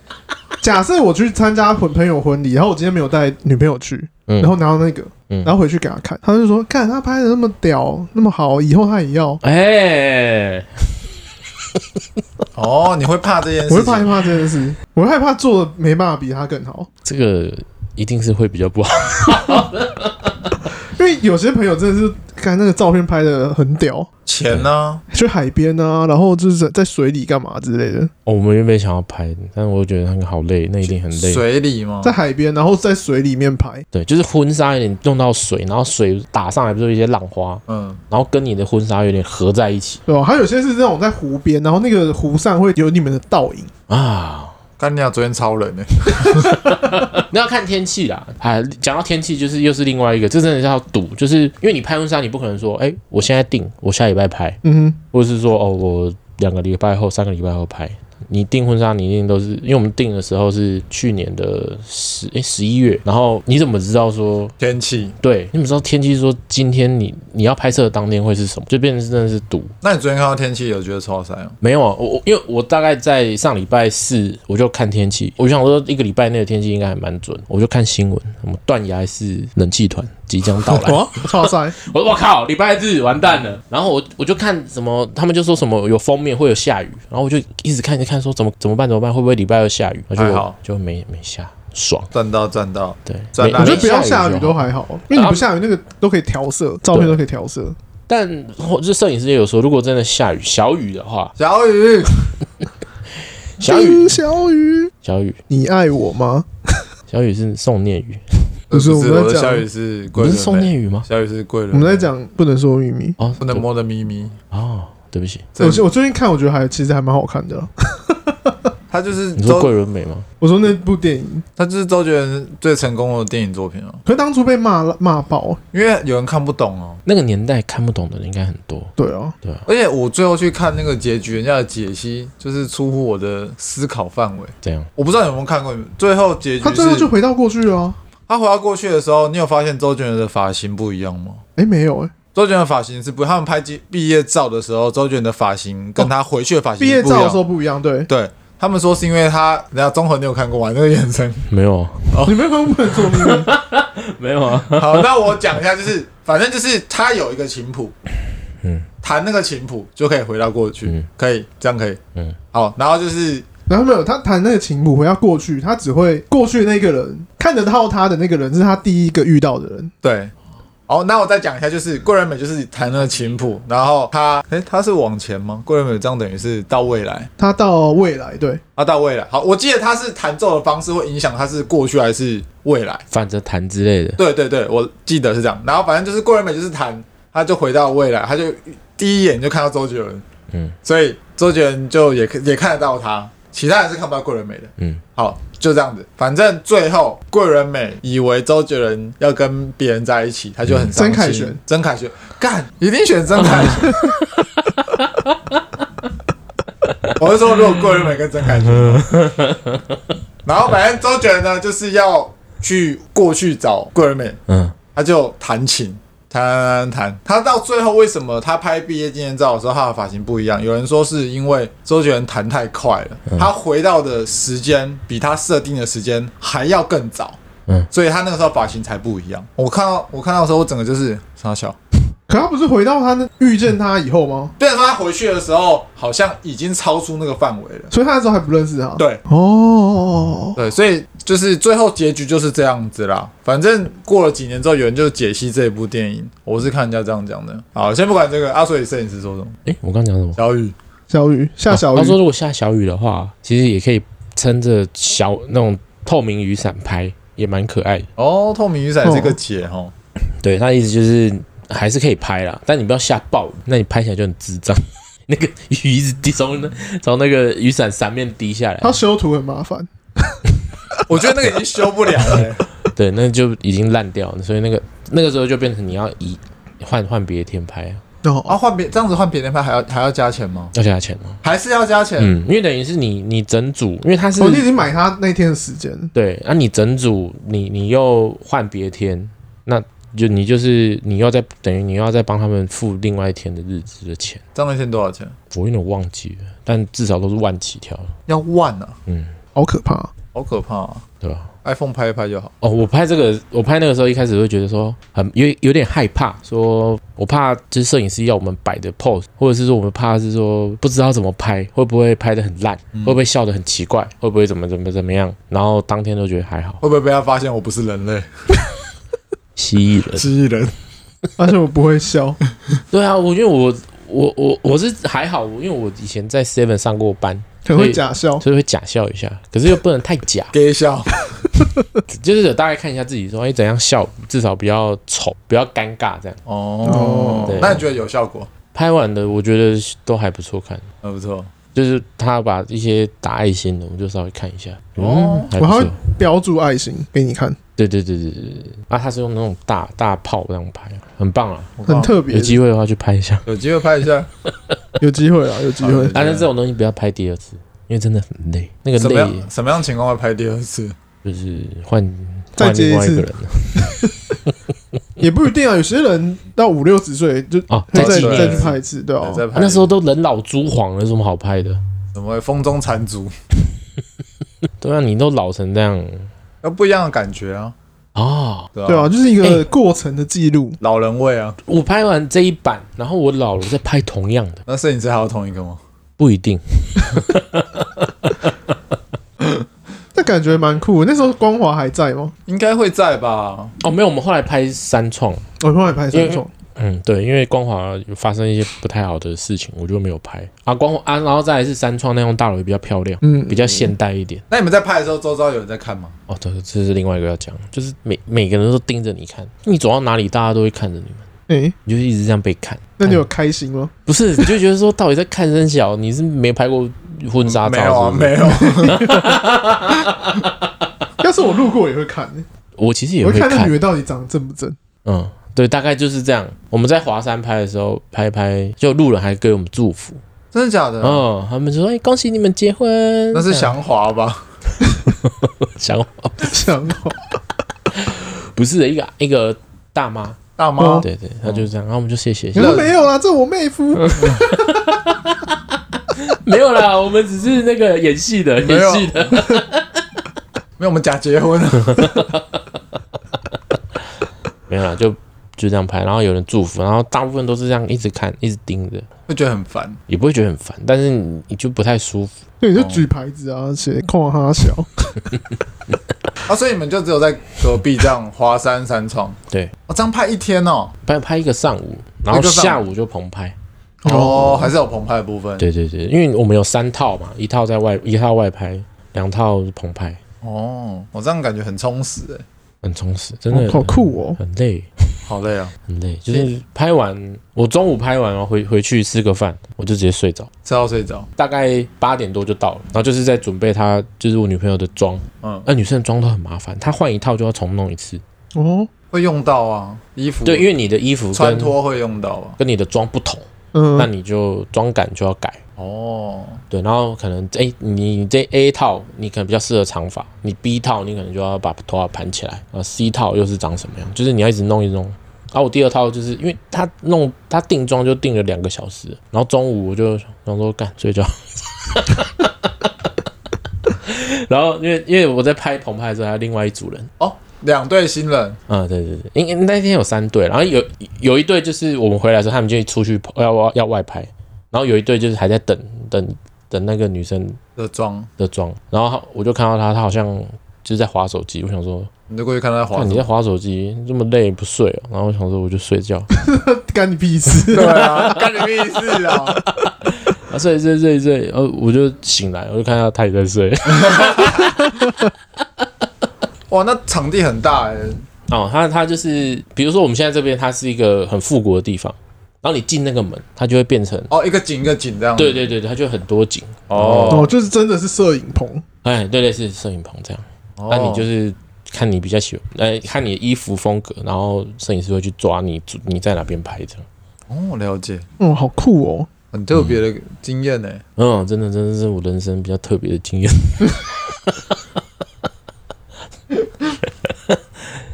假设我去参加朋朋友婚礼，然后我今天没有带女朋友去，
嗯
然后拿到那个，
嗯
然后回去给她看，她就说：“看她拍的那么屌，那么好，以后她也要。
哎、
哦，你会怕这件”
我
事
会害
情？
怕这件事，我会害怕做的没办法比她更好，
这个一定是会比较不好。 [laughs]
因为有些朋友真的是看那个照片拍的很屌，
钱呢？
去海边啊，然后就是在水里干嘛之类的，
哦，我们原本想要拍，但我觉得那个好累，那一定很累。
水里吗
嗯在？海边，然后在水里面拍，
对，就是婚纱有点用到水，然后水打上来不是有一些浪花，
嗯，
然后跟你的婚纱有点合在一起
对吧？还有些是那种在湖边，然后那个湖上会有你们的倒影，
啊。
干娘昨天超人呢，
[laughs] 那要看天气啦。啊，讲到天气，就是又是另外一个，这真的是要赌，就是因为你拍婚纱，你不可能说，哎、我现在定，我下礼拜拍，
嗯
或者是说，哦，我两个礼拜后、三个礼拜后拍。你订婚纱，你一定都是因为我们订的时候是去年的十哎十一月，然后你怎么知道说
天气。
对？你怎么知道天气说今天你你要拍摄的当天会是什么？就变成真的是赌。
那你昨天看到天气有觉得超塞吗？
没有啊，我我因为我大概在上礼拜四我就看天气，我就想说一个礼拜内的天气应该还蛮准，我就看新闻，什么断崖式冷气团即将到来，
哼， [laughs] 哇，
[laughs]
超塞，
我说我靠，礼拜日完蛋了。然后我我就看什么，他们就说什么有封面会有下雨，然后我就一直看一直看说怎么怎么办怎么办，会不会礼拜二下雨？然后
还
就
好
就没没下，爽
赚到赚到，
对，
在
没
哪
我
里
觉得不要下
就
雨
好
都还好，因为你不下雨那个都可以调色，照片都可以调色。
但或这摄影师也有说，如果真的下雨小雨的
[laughs]
话，
小雨，
小雨
丁小雨，
小雨
你爱我吗？
小雨是宋念宇，
不是
呃
我们在
我的
讲
小雨是
不
桂
是
纶
宋念
镁，
宇吗？
小雨是桂纶
我
镁，
们在讲不能说秘密。
哦，
不能摸的咪咪，
哦，对不起，
对
我我最近看，我觉得还其实还蛮好看的啦。
他就是
你说
周
桂，纶镁吗？
我说那部电影，
他就是周杰伦最成功的电影作品啊，
可是当初被骂骂爆，
因为有人看不懂哦。
那个年代看不懂的人应该很多。
对啊，
而且我最后去看那个结局，人家的解析就是出乎我的思考范围。
这样
我不知道你有没有看过，最后结局
他
是
最后就回到过去了啊。
他回到过去的时候，你有发现周杰伦的发型不一样吗？
哎，没有哎，
周杰伦的发型是不，他们拍毕毕业照的时候，周杰伦的发型跟他回去的发型
哦毕业
是不一样
照的时候不一样，对。
对他们说是因为他，人家综合你有看过吗？那个眼神。
没有
[laughs]
啊，
哦
你没有看过不能说秘密？
没有啊，
好，那我讲一下，就是反正就是他有一个琴谱，嗯
嗯，
弹那个琴谱就可以回到过去，
嗯
可以这样可以，嗯
嗯，
好，然后就是
然后没有，他弹那个琴谱回到过去，他只会过去那个人看得到他的那个人是他第一个遇到的人，
对。哦，那我再讲一下，就是桂纶镁就是弹那个琴谱，然后他，诶、他是往前吗？桂纶镁这样等于是到未来，
他到未来，对，
啊，到未来。好，我记得他是弹奏的方式会影响他是过去还是未来。
反着弹之类的。
对对对，我记得是这样。然后反正就是桂纶镁就是弹，他就回到未来，他就第一眼就看到周杰伦，
嗯，
所以周杰伦就也也看得到他，其他人是看不到桂纶镁的。
嗯，
好，就这样子。反正最后桂纶镁以为周杰伦要跟别人在一起，他就很伤
嗯曾凯
心
旋。
曾凯旋，干，一定选曾凯
[laughs]
旋。我是说，如果桂纶镁跟曾凯旋的话，然后反正周杰伦呢，就是要去过去找桂纶镁，
嗯，
他就弹琴，谈谈谈，他到最后为什么他拍毕业纪念照的时候，他的发型不一样？有人说是因为周杰伦弹太快了，他回到的时间比他设定的时间还要更早，
嗯，
所以他那个时候发型才不一样。我看到我看到的时候，我整个就是傻笑。
可他不是回到他那遇见他以后吗？
对，他回去的时候好像已经超出那个范围了。
所以他那时候还不认识他。
对
哦，
对，所以就是最后结局就是这样子啦。反正过了几年之后，有人就解析这一部电影，我是看人家这样讲的。好，先不管这个，阿所以摄影师说什么？
诶，我刚讲什么？
小雨，
小雨下小雨，
哦他说如果下小雨的话，其实也可以撑着小那种透明雨伞拍，也蛮可爱的。
哦，透明雨伞这个姐哈、哦，
对，他的意思就是还是可以拍啦，但你不要下暴雨，那你拍起来就很智障。 [laughs] 那个雨一直滴从那从那个雨伞伞面滴下来
他，修图很麻烦，
哦我觉得那个已经修不了了、 [laughs]
对，那就已经烂掉了，所以那个那个时候就变成你要移换换别天拍啊，
然后
啊，换别这样子换别人拍还要还要加钱吗？
要加钱哦。
还是要加钱？
嗯，因为等于是你你整组，因为他是
我、哦、你已经买他那天的时间，
对，啊，你整组你你又换别天，那就你就是你要再等于你要再帮他们付另外一天的日子的钱，
这样一天多少钱？
我有点忘记了，但至少都是万起跳了，
要万啊，
好可怕、
[laughs]
好可怕、啊、
对吧？
！iPhone 拍一拍就好。
哦，我拍这个，我拍那个时候一开始会觉得说很有有点害怕，说我怕就是摄影师要我们摆的 pose，或者是说我们怕是说不知道怎么拍，会不会拍的很烂，会不会笑的很奇怪，会不会怎么怎么怎么样？然后当天都觉得还好，
会不会被他发现我不是人类，
哦蜥蜴人。
蜥蜴人？，
而且我不会笑，
对啊，我觉得我我我我是还好，因为我以前在 Seven 上过班，
很会假笑。
所以会假笑一下，可是又不能太假
[laughs] 给笑，
就是有大概看一下自己说，哎、怎样笑，至少不要丑，不要尴尬这样。
哦
对，
那你觉得有效果？
拍完的我觉得都还不错看，
很不错。
就是他把一些打爱心的，我就稍微看一下，
哦
嗯，还
我
不
还
错
会。标注爱心给你看，
对对对对对对，啊，他是用那种大大炮这样拍，很棒啊！
我靠
很特
有
别。
机会的话去拍一下。
有机会拍一下。
有机会啊，有机会。
啊，但这种东西不要拍第二次，因为真的很累，那个
什么
累
样什么样情况会拍第二次？
就是换
再
换
接
另外
一次
一个人啊
也不一定啊，有些人到五六十岁就
哦，
会
再
再
纪念
再
一
去
次。
拍一次，对啊
对，。再拍
哦那时候都人老珠黄了，有什么好拍的？
什么风中残烛，
对啊，你都老成这样
那不一样的感觉啊，
啊、哦！
对吧、
对啊，就是一个过程的记录。
老人味啊，
我拍完这一版，然后我老了再拍同样的，
那摄影师还要同一个吗？
不一定。
那感觉蛮酷的。那时候光华还在吗？
应该会在吧？
哦，没有，我们后来拍三创，
我哦光华拍三创，
嗯，对，因为光华有发生一些不太好的事情，我就没有拍啊。光华啊，然后再来是三创那栋大楼也比较漂亮，
嗯
比，较现代一点。
那你们在拍的时候，周遭有人在看吗？
哦，对，这是另外一个要讲，就是每每个人都盯着你看，你走到哪里，大家都会看着你们，
哎，
你就一直这样被看。
那你有开心吗？
不是，你就觉得说到底在看真小，你是没拍过婚纱照
没有啊，
是不是
没有。
要是我路过也会看欸，
我其实哎也
我
会
会看那
看
女，的到底长得正不正。
嗯，对，大概就是这样。我们在华山拍的时候，拍一拍，就路人还给我们祝福，
真的假的？
嗯，他们说，哎、恭喜你们结婚，
那是
这样
祥华吧？
[laughs] 想
[laughs] 想
[laughs]
好，
不是的一个一个大妈，
大妈
哦，
对对，她就是这样，然后我们就谢谢，
你
谢谢
说没有啦，这我妹夫。
哦 [laughs] 没有啦，我们只是那个演戏的，
没有
演戏的，
没有，我们假结婚啊
[laughs]
了。
没有啦，就就这样拍，然后有人祝福，然后大部分都是这样一直看，一直盯着，
会觉得很烦。
也不会觉得很烦，但是你你就不太舒服。
对，你就举牌子啊，写矿哈小。
啊，所以你们就只有在隔壁这样华山山创，
对，
哦，这样拍一天哦，
拍拍一个上午，然后下午就棚拍。
哦，还是有澎湃的部分，，
对对对，因为我们有三套嘛，一套在外，一套外拍，两套棚拍，
哦，我这样感觉很充实哎，
很充实，真的
好好酷哦
很累。
好累啊，
很累，就是拍完我中午拍完，然后回回去吃个饭，我就直接睡着，
吃到睡着，
大概八点多就到了，然后就是在准备她就是我女朋友的妆，
嗯，
那、女生的妆都很麻烦，她换一套就要重弄一次，
哦，
会用到啊，衣服
对，因为你的衣服跟
穿脱会用到啊，
跟你的妆不同，那
嗯，
你就妆感就要改。
哦，
对，然后可能哎、你这 A 套你可能比较适合长发，呃你 B 套你可能就要把头发盘起来，啊，C 套又是长什么样，就是你要一直弄一直弄，然后我第二套就是因为他弄他定妆就定了两个小时，然后中午我就想说干睡觉。 [laughs] 然后因为因为我在拍澎湃的时候，还有另外一组人，
哦，两对新人，
嗯，对对对，应该那天有三队，然后有有一队就是我们回来的时候，他们就出去要要要外拍，然后有一队就是还在等等等那个女生
的妆，
的妆，然后她我就看到她，她好像就是在划手机，我想说，
你就过去看他滑
看。你在划手机这么累不睡、哦，然后我想说我就睡觉， [laughs]
干你屁事！
对啊，干你屁事啊！
啊睡睡睡睡，呃我就醒来，我就看到她也在睡，
哇，那场地很大哎、
[laughs] 哦，他他就是，比如说我们现在这边，它是一个很复古的地方，然后你进那个门，它就会变成，
哦，一个景一个景这样。
对对对对，它就很多景，
哦，
哦，就是真的是摄影棚，
哎，对对是摄影棚这样，
哦
那你就是看你比较喜欢，哎，看你的衣服风格，然后摄影师会去抓你，你在哪边拍这样，
哦，了解，
嗯，好酷哦。
很特别的经验呢、欸
嗯，真的真的是我人生比较特别的经验，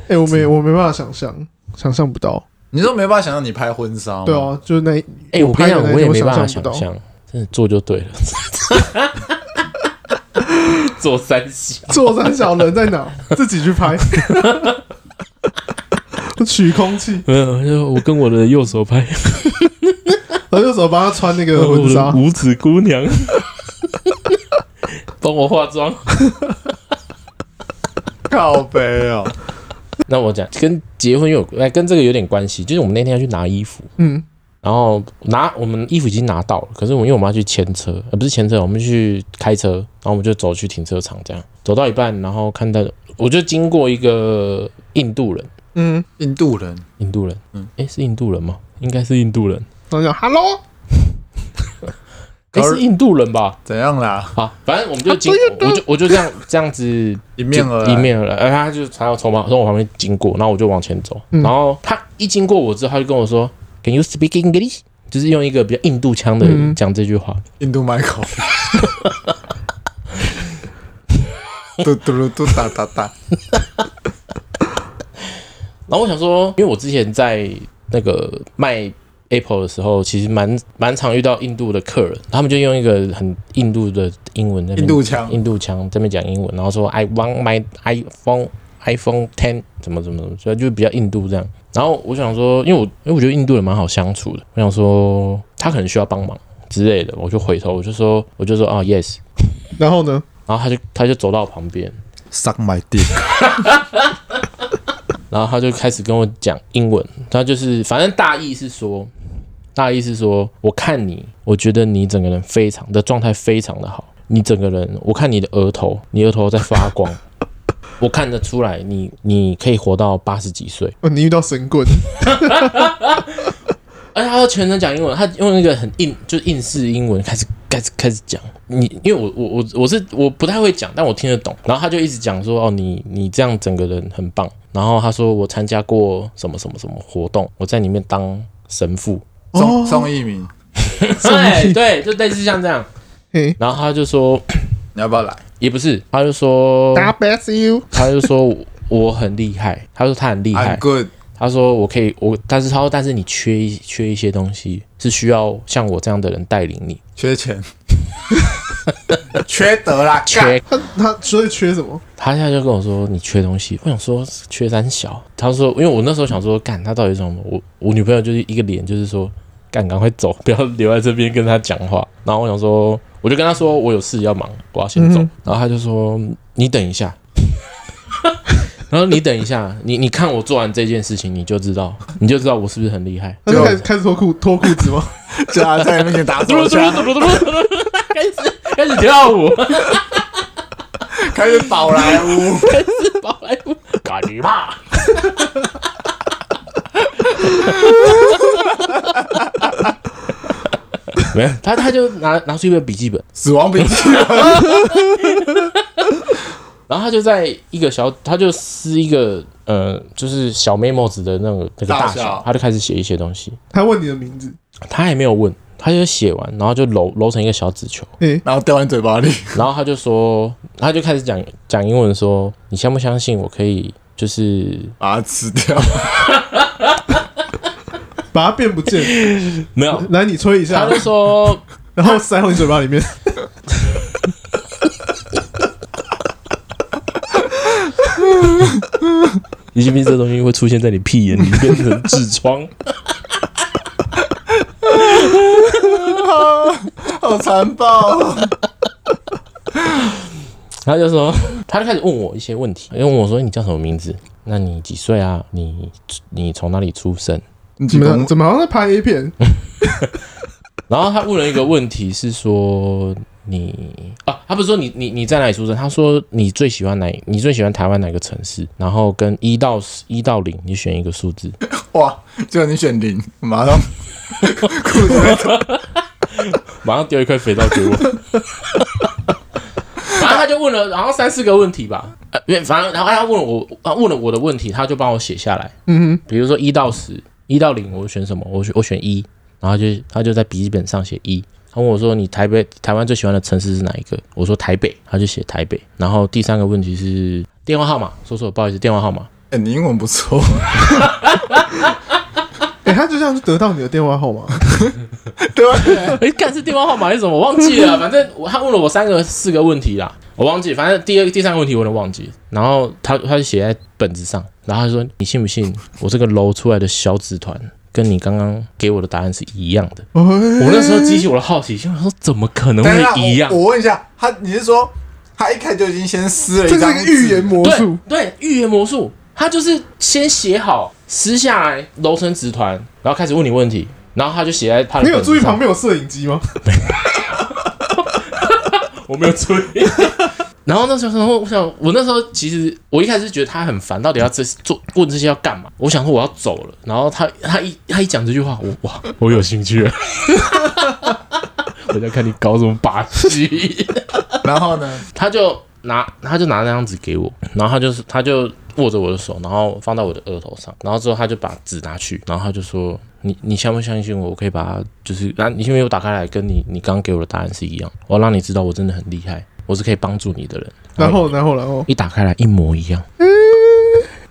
哎、我没我没办法想象，想象不到。
哦
你说没办法想象你拍婚纱吗？
对，啊，就是那
哎，我跟
拍
你
的那
讲，
一天
我也没
我
办
想
法
象
想
不
象，真的做就对了， [laughs] 做三小，
座山小人在哪，自己去拍， [laughs] 取空气，
[laughs] 没有，就我跟我的右手 [laughs] 拍，
然后右手帮他穿那个
[laughs] 我
婚
的
纱，
五指姑娘， [laughs] 帮我化妆。
靠背哦，
[laughs] 那我讲跟结婚有哎，跟这个有点关系，就是我们那天要去拿衣服，
嗯，
然后拿我们衣服已经拿到了，可是我因为我们要去牵车，呃，不是牵车，我们去开车，然后我们就走去停车场，这样走到一半，然后看到我就经过一个印度人，
嗯，
印度人，
印度人，
嗯
嗯，哎，是印度人吗？应该是印度人，
然后讲 hello，
哎，是印度人吧？
怎样啦？
好，反正我们就经，我就我就这样这样子
迎面而来，
迎面而来，而他就他要从旁从我旁边经过，然后我就往前走，
嗯
然后他一经过我之后，他就跟我说，Can you speak English？就是用一个比较印度腔的
嗯
讲这句话，
印度
[laughs]
Michael，嘟嘟噜嘟哒哒哒，
嗯然后我想说，因为我之前在那个卖 Apple 的时候，其实蛮蛮常遇到印度的客人，他们就用一个很印度的英文在那边
印度腔
印度腔这边讲英文，然后说 I want my iPhone iPhone Ten 怎么怎么怎么，所以就比较印度这样。然后我想说，因为我因为我觉得印度人蛮好相处的，我想说他可能需要帮忙之类的，我就回头我就说我就说哦 yes，
然后呢，
然后他就他就走到我旁边，
，suck my dick，
然后他就开始跟我讲英文，他就是反正大意是说，大意是说，我看你，我觉得你整个人非常的状态非常的好，你整个人，我看你的额头，你额头在发光，我看得出来你你可以活到八十几岁，
哦，你遇到神棍，
而且他要全程讲英文，他用那个很硬就是硬式英文开始开始开始讲。你因为我我我我是我不太会讲，但我听得懂。然后他就一直讲说哦，你你这样整个人很棒。然后他说我参加过什么什么什么活动，我在里面当神 [laughs] 父。
宋
哦
宋一鸣，
对哎对，就类似像这样。
嘿
然后他就说
你要不要来？
也不是，他就说
，God bless you，
他就说 [laughs] 我很厉害，他说他很厉害
I'm，good，啊
他说我可以，我但是他说但是你缺一缺一些东西，是需要像我这样的人带领你。
缺钱， [laughs] 缺德啦，干
[laughs] 缺，
他他所以缺什么？
他现在就跟我说你缺东西，我想说缺三小。他说，因为我那时候想说，干他到底是什么？我我女朋友就是一个脸，就是说干赶快走，不要留在这边跟他讲话。然后我想说，我就跟他说我有事要忙，我要先走。
嗯
然后他就说你等一下， [laughs] 然后你等一下，你你看我做完这件事情，你就知道，你就知道我是不是很厉害。 [laughs]
他就
就
开始开始脱裤脱裤子吗？
就他在那边给你打手
[laughs]
枪，
开始开始跳舞，
开始宝莱坞，
开始跑来舞，干你妈！没有，他他就拿拿出一个笔记本，
死亡笔记，
然后他就在一个小，他就撕一个呃，就是小 memo 纸的那个那个
大
大
小
小，他就开始写一些东西，
他问你的名字，
他也没有问，他就写完，然后就揉揉成一个小纸球，
嘿，
然后掉进嘴巴里，
然后他就说，他就开始讲讲英文说，你相不相信我可以就是
把它吃掉。
把它变不见，
[laughs] 没有，
来你吹一下
他，就说
然后塞到你嘴巴里
[laughs]
面。
疑心病这东西会出现在你屁眼里，变成痔疮。
[laughs]
[laughs]
好残暴哦！
他就说，他就开始问我一些问题，因为我说你叫什么名字？那你几岁啊？你你从哪里出生？
你
怎
几
么
公
样？怎么好像在拍 A
[laughs]
片？
然后他问了一个问题是说你啊，他不是说你你你在哪里出生？他说你最喜欢哪？你最喜欢台湾哪个城市？然后跟一到十一到零，你选一个数字。
哇！就你选零，马上 [laughs] 裤子在脱
马上丢一块肥皂 [laughs] 给我。反正他就问了，然后三四个问题吧，呃，因为反正然后他问了我，他问了我的问题，他就帮我写下来。嗯哼，比如说一到十，一到零，我选什么？我选我选一，然后他就他就在笔记本上写一。他问我说：“你台北台湾最喜欢的城市是哪一个？”我说：“台北。”他就写台北。然后第三个问题是电话号码，说说不好意思，电话号码。
哎、你英文不错，
哎，他就这样就得到你的电话号
[laughs]
码，
对
啊
吧？
哎，干是电话号码还是什么？我忘记了，啊反正我他问了我三个、四个问题啦，我忘记。反正第二、第三个问题我都忘记。然后他他就写在本子上，然后他说：“你信不信我这个揉出来的小纸团，跟你刚刚给我的答案是一样的？”我那时候激起我的好奇心，我说：“怎么可能
[laughs] 等一下
会一样
我，？”我问一下，他你是说他一开始就已经先撕了
这
一张
是一个预言魔
对
术。
对，预言魔术，他就是先写好，撕下来揉成纸团，然后开始问你问题，然后他就写在他的
你有
本子
注意
上
旁边有摄影机吗？
[laughs] 我没有注意。然后那时候，我想，我那时候其实我一开始觉得他很烦，到底要这做问这些要干嘛？我想说我要走了。然后他他一他一讲这句话，我哇，我有兴趣了。 [laughs] 我在看你搞什么把戏。
然后呢？
他就拿他就拿那张纸给我，然后他就是他就握着我的手，然后放到我的额头上，然后之后他就把纸拿去，然后他就说：“你你相不相信我？我可以把它就是，然后你因为我打开来跟你你刚刚给我的答案是一样，我要让你知道我真的很厉害，我是可以帮助你的人。”
然后，然后，然后，
一打开来一模一样，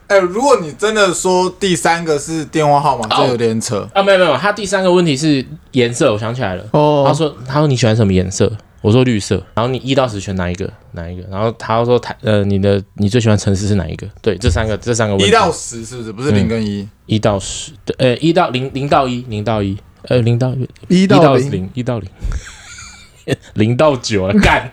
哎、如果你真的说第三个是电话号码，这
哦
有点扯。
啊，没有没有，他第三个问题是颜色，我想起来了。
哦
他说他说你喜欢什么颜色？我说绿色。然后你一到十选哪一个？哪一个？然后他说台呃你的你最喜欢城市是哪一个？对，这三个这三个问题嗯
一到十是不是？不是零跟一、
一到十，对，呃一到零零到一零到一呃零到一
一到
到
零，
零一到零零到九啊干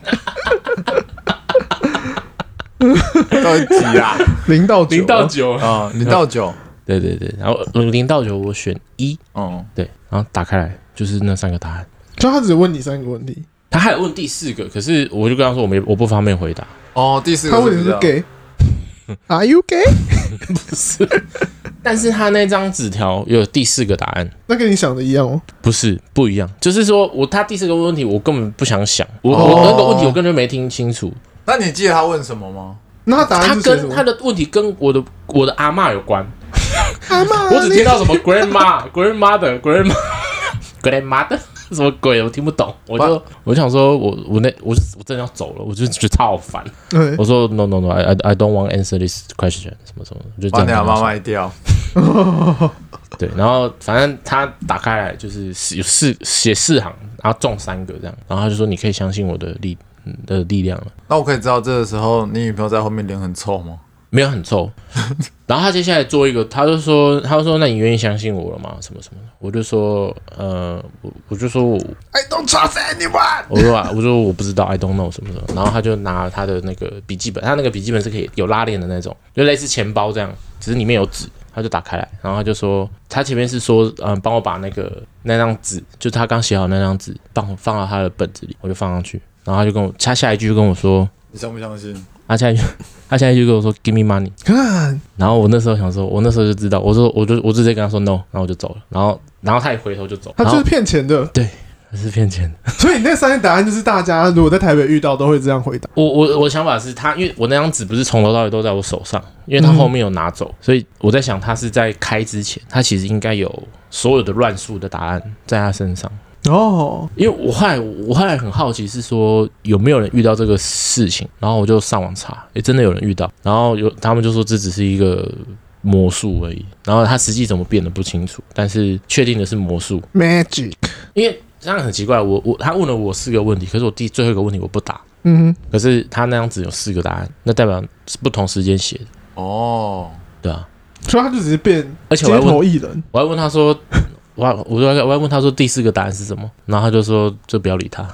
到底几
[laughs]
啊？
零到九，
零到九。
啊、零到九。
对对对，然后呃零到九我选一，
嗯，
对，然后打开来就是那三个答案。
就他只问你三个问题，
他还有问第四个，可是我就跟他说我没我不方便回答。
哦，第四个
他问
是
你
比
是
较
gay。Are you gay？
是，但是他那张纸条有第四个答案，
那跟你想的一样哦。
不是不一样，就是说我他第四个问题我根本不想想，我、
哦
我那个问题我根本没听清楚，
那你记得他问什么吗？
那他答
他
案是写什
跟他
么？
的问题跟我的我的阿嬷有关，
阿妈，
我只听到什么 [laughs] grandma grandmother grandma [laughs] grandmother 什么鬼，我听不懂，我就我就想说我我那我我真的要走了，我就觉得超好烦，
[laughs] 对
我说 no no no I I I don't want answer this question 什么什么的，就这
把
样
你
跟
阿
他
妈
说
卖掉。
对，然后反正他打开来就是有四写四行，然后中三个这样，然后他就说你可以相信我的力嗯的力量了，
那我可以知道这个时候你女朋友在后面脸很臭吗？
没有很臭。然后他接下来做一个，他就说他就说那你愿意相信我了吗？什么什么的，我就说呃我我就说我
，I don't trust anyone。
我说啊我说我不知道 I don't know 什么什么，然后他就拿他的那个笔记本，他那个笔记本是可以有拉链的那种，就类似钱包这样，只是里面有纸。他就打开来，然后他就说，他前面是说，嗯，帮我把那个那张纸，就是他刚写好那张纸，放放到他的本子里，我就放上去。然后他就跟我，他下一句就跟我说，
你相不相信？
他下一句，他下一句跟我说，give me money。
看，
然后我那时候想说，我那时候就知道，我说我就我直接跟他说 no，然后我就走了。然后然后他也回头就走，
他
然
就
后
是骗钱的。
他是骗钱的。
所以你那三个答案就是大家如果在台北遇到都会这样回答。
我我我想法是他，因为我那张纸不是从头到尾都在我手上，因为他后面有拿走，所以我在想他是在开之前，他其实应该有所有的乱数的答案在他身上。
哦，
因为我后来我后来很好奇是说有没有人遇到这个事情，然后我就上网查，也真的有人遇到，然后有他们就说这只是一个魔术而已。然后它实际怎么变得不清楚，但是确定的是魔术，
Magic，
因为这样很奇怪。我我他问了我四个问题，可是我第最后一个问题我不答，
嗯
可是他那样子有四个答案，那代表是不同时间写的，
哦，
对啊。
哼，所以他就只是变
而且我
街
还问
头艺人，
我还问他说， [laughs] 我还我就我还问他说第四个答案是什么，然后他就说就不要
[laughs]
理他，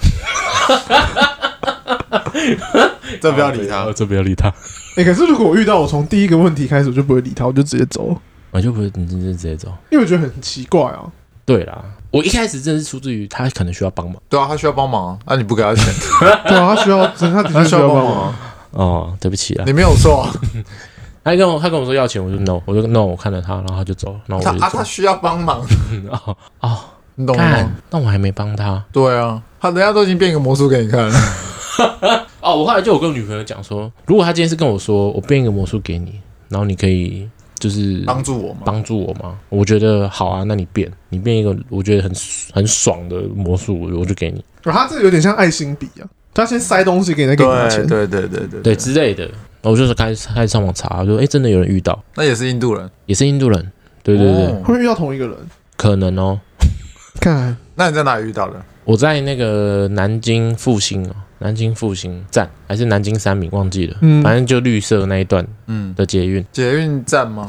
这不要理
[laughs]
他
哦，就不要理他，
哎、可是如果我遇到我从第一个问题开始，我就不会理他，我就直接走了，
我就不会你就直接走。
因为我觉得很奇怪啊。
对啦，我一开始真的是出自于他可能需要帮忙
对啊，他需要帮忙，啊，你不给他钱， [laughs]
对啊，他需要，真的他的
他
确
需
需
要
要
帮
帮
忙
忙。，
哦，对不起啊
你。没有错啊，
他跟我他跟我说要钱，我就 no，我就 no，我看着他，然后他就走，然后
他
我就
啊，他
走。
需要帮忙，
哦哦，
你懂吗？
看，那我还没帮他。
对啊，他人家都已经变一个魔术给你看了，
哦，我后来就有跟我女朋友讲说，如果他今天是跟我说，我变一个魔术给你，然后你可以就是
帮助我嘛。
帮助我吗？我觉得好啊，那你变，你变一个我觉得很很爽的魔术，我我就给你，
然后他这有点像爱心笔啊，他先塞东西给你，再给你拿
对
钱。
对对对对
对，之类的。然后我就是开始开始上网查，我就哎、诶真的有人遇到，
那也是印度人。
也是印度人，对对对，
哦
会不会遇到同一个人？
可能哦。
看，
那你在哪里遇到的？
我在那个南京复兴哦，南京复兴站还是南京三民忘记了，
嗯
反正就绿色那一段
嗯，
的捷运
捷运站吗？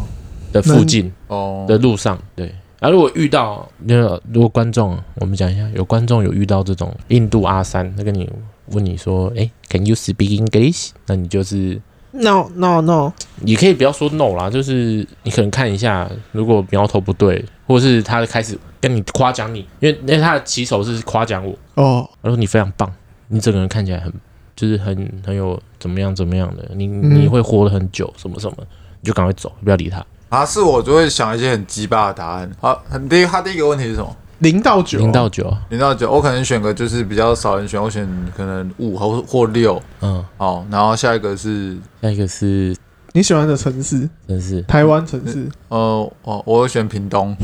的附近
哦，
的路上，对。啊，如果遇到，那个如果观众，我们讲一下，有观众有遇到这种印度阿三，他跟你问你说，哎、c a n you speak English？那你就是
，no no no，
你可以不要说 no 啦，就是你可能看一下，如果苗头不对，或者是他开始跟你夸奖你，因为因为他的起手是夸奖我，
哦，
他说你非常棒，你整个人看起来很就是很很有怎么样怎么样的，你你
嗯
会活得很久什么什么，你就赶快走，不要理他。
啊，是我就会想一些很鸡巴的答案。好，很第一，他第一个问题是什么？
零到九，
零到九啊，
零到九，我可能选个就是比较少人选，我选可能五或或六。
嗯，
好，然后下一个是
下一个是
你喜欢的城市，
真是
台湾城市，
呃，哦，我选屏
[laughs]
东，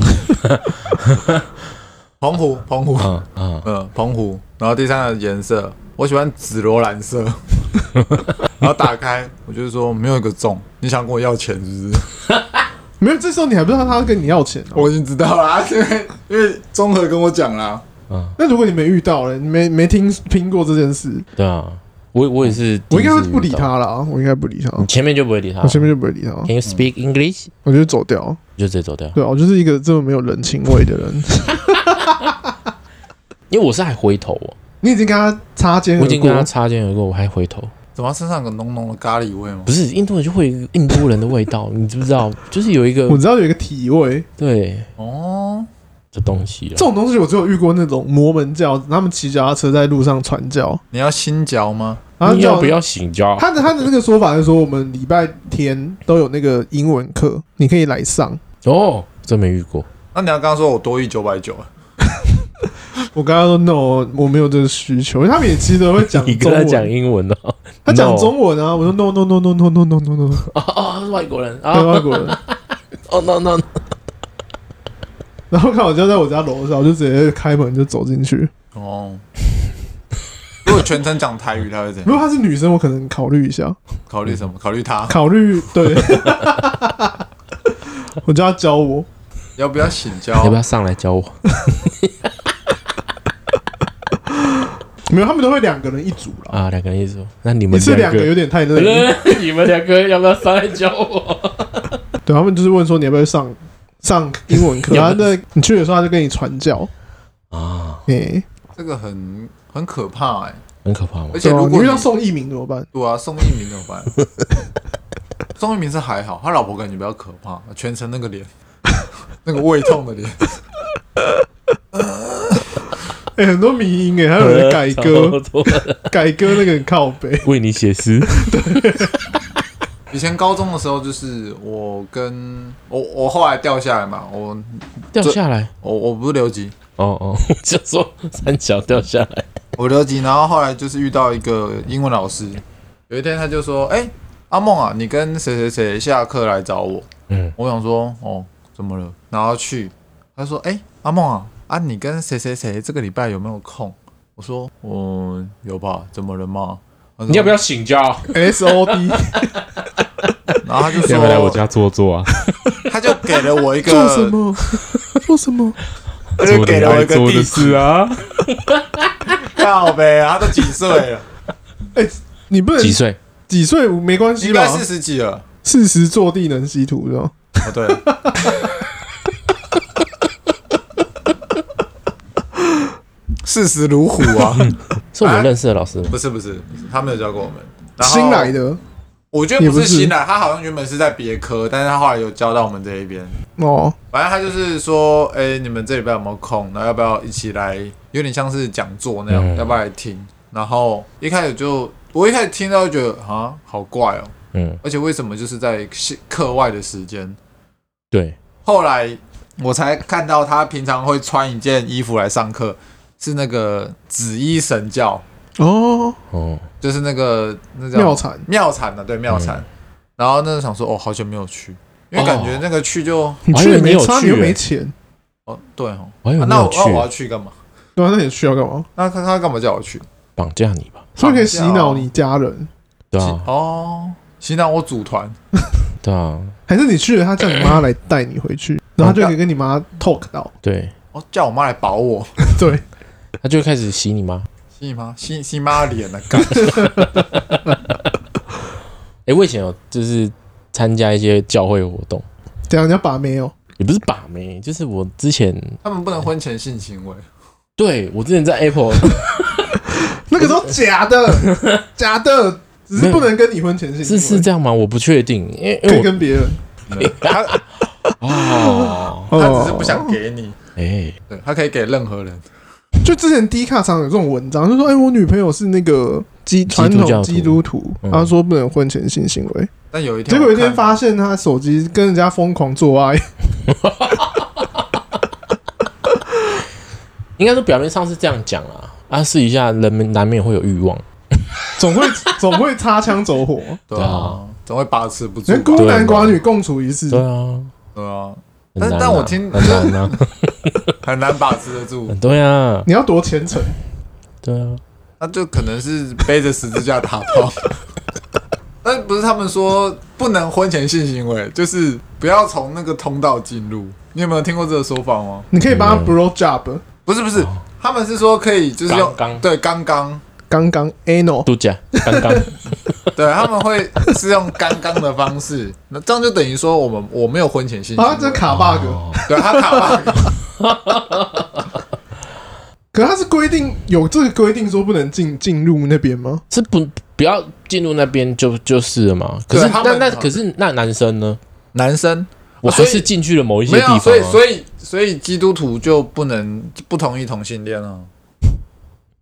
澎湖，澎湖，
嗯嗯，
嗯，澎湖。然后第三个颜色，我喜欢紫罗兰
[laughs]
色。然后打开，我就是说没有一个中，你想跟我要钱是不是？
没有，这时候你还不知道他要跟你要钱、哦。
我已经知道啦，因为因为综合跟我讲啊啦。
那如果你没遇到嘞，你没没听听过这件事，
对啊，我我也是，
哦我应该会不理，他啦，我应该不理他，
你前面就不会理他
我前面就不会理他，
，Can you speak English？
我就走掉。
就直接走掉。
对啊，我就是一个这么没有人情味的人。
因为我是还回头哦，
[laughs] 你已经跟他擦肩而
我
过，
已经跟他擦肩而过，我还回头。
怎么身上有浓浓的咖喱味吗
不？是印度人就会有一个印度人的味道， [laughs] 你知不知道？就是有一个
我知道有一个体味，
对
哦，
这东西啊
这
了。
种东西我只有遇过那种摩门教，他们骑脚踏车在路上传教，
你要新嚼吗？
然后
你
啊叫
要不要醒觉？
他的他的那个说法是说，我们礼拜天都有那个英文课，你可以来上。
哦，真没遇过。
那你要刚刚说我多一九百九，啊
我刚刚说 no，我没有这个需求，因为他们也其实都会讲
[laughs] 你
中
跟他讲
文，
英文哦，
他
[laughs]
讲
No
中文啊，我说 no no no no no no no no no，
哦哦，他是外国人
对
啊！
外国人。
哦，no no，
然后看我就在我家楼上，我就直接开门就走进去。
哦，如果全程讲台语，他会怎
如
样？
果她是女生，我可能考虑一下，
考虑什么？考虑他
考虑
[laughs]
对，我叫他教我。
要不要醒教？
要不要上来教我？
没有，他们都会两个人一组啦。
啊，两个人一组，那你
一
们
次两个
个
有，点太
[laughs]
累，
你们两个要不要上来教我？
对他们就是问说你要不要上上英文课，
要不
然
要
后那你去的时候他就跟你传教，
啊，
哎、
这个很很可怕哎、
很可怕吗
而？且
对啊
如
你
果
遇
你
到宋一鸣怎么办？
对啊，宋一鸣怎么办？宋一鸣是还好，他老婆感觉比较可怕，全程那个脸，那个胃痛的脸。
哎、很多迷音哎、
[laughs]
还有人改歌，
超多
改歌那个很靠
[laughs]
北，
为你写诗，
以前高中的时候，就是我跟我我后来掉下来嘛，我
掉下来。
我我不是留级，
哦哦，我就说三角掉下来。
我留级，然后后来就是遇到一个英文老师，有一天他就说：“哎、阿梦啊，你跟谁谁谁下课来找我。”
嗯，
我想说：“哦，怎么了？”然后去，他说：“哎、阿梦啊，啊，你跟谁谁谁这个礼拜有没有空？”我说：“哦嗯，有吧？怎么了嘛？”
你要不要醒觉？
S O D，
然后他就
要不要来我
说，
家坐坐啊？
他就给了我一个，
做什么？ [laughs] 做什么？
他 [laughs] 就
做
给
你
了我
爱
一个
做
地
的
址，
事啊！
靠呗，他都几
[laughs]
岁了？
哎你不能
几岁？
几岁没关系
应
吧
该？四十几了。
四十坐地能吸土，知道吗？
哦，
[laughs]
对，视死如虎 [laughs] 啊！
是我们认识的老师吗？
不是不是，不是他没有教过我们。然后
新来，的
我觉得不
也不
是
是
新来，他好像原本是在别科，但是他后来有教到我们这一边。
哦，
反正他就是说，哎、你们这礼拜有没有空？然后要不要一起来？有点像是讲座那样，
嗯
要不要来听？然后一开始就，我一开始听到就觉得啊，好怪哦，
嗯，
而且为什么就是在课外的时间？
对，
后来我才看到他平常会穿一件衣服来上课，是那个紫衣神教，
哦，
哦，
就是那个那叫
妙产嗯
妙产的，对妙产。然后那时候想说，哦，好久没有去，因为感觉那个去就哦
你
我还
去
以为
也
你
没
有
差，
去
你又
欸
没钱，
对哦，
我还以为
啊
你
那
有
我那我要
去
去干嘛？
对啊，那你去要干嘛？
那他他干嘛叫我去？
绑架你吧？
所以可以洗脑你家人，
对
洗
啊，
哦，洗脑我组团，
对啊，
还是你去了他叫你妈来带你回
哦
去，然后他就可以跟你妈 talk 到， [laughs]
对，
哦叫我妈来保我，
对， [laughs]
他就会开始洗你吗？
洗你妈洗洗妈脸了，干
诶，我以前有就是参加一些教会活动，
这样人家把妹哦，
也不是把妹，就是我之前
他们不能婚前性
[laughs]
行为，
对我之前在
[laughs]
Apple
那个都 [laughs] 假的，
[laughs]
假的，只是不能跟你婚前性行
是
为
是这样吗？我不确定，因为
可
因为
以
我
跟别人，
他 [laughs]
哦，
他
哦
只是不想给你，
哎，
对他可以给任何人。
就之前 D 卡常有这种文章，就说：“哎、我女朋友是那个基
基督
传
教
统
徒
基督徒，
嗯
她说不能婚前性行为。
但有一天
结
我看到，
果有一天发现她手机跟人家疯狂做爱，
应该说表面上是这样讲啦，啊，试一下，人们难免会有欲望，
总会总会擦枪走
[laughs]
火。
对
对
啊
啊，
总会把持不住
人
吧。
孤男寡女共处一室，
对啊，
对啊，嗯
很
但
难啊
但我听
很
[laughs]
难啊，
很难把持得住，
对啊，
你要多虔诚。
对啊，
那就可能是背着十字架打
[laughs]
炮。但不是他们说不能婚前性行为，就是不要从那个通道进入。你有没有听过这个说法吗？
你可以帮她
嗯
blow job，
不是不是，他们是说可以就是用
哦刚刚
对刚刚
刚刚 anal
度假刚
[laughs]
刚
对他们会是用刚刚的方式，那这样就等于说我们我没有婚前性行为，
啊，这卡 bug，、
对他卡
[laughs]
bug，
可是他是规定有这个规定说不能进进入那边吗？
是不不要进入那边就就是了嘛，可是
对他
那
们
那可是那男生呢？
男生
我还
所以
是进去了某一些
没
地方
有，
啊，
所以所以所以基督徒就不能不同意同性恋啊。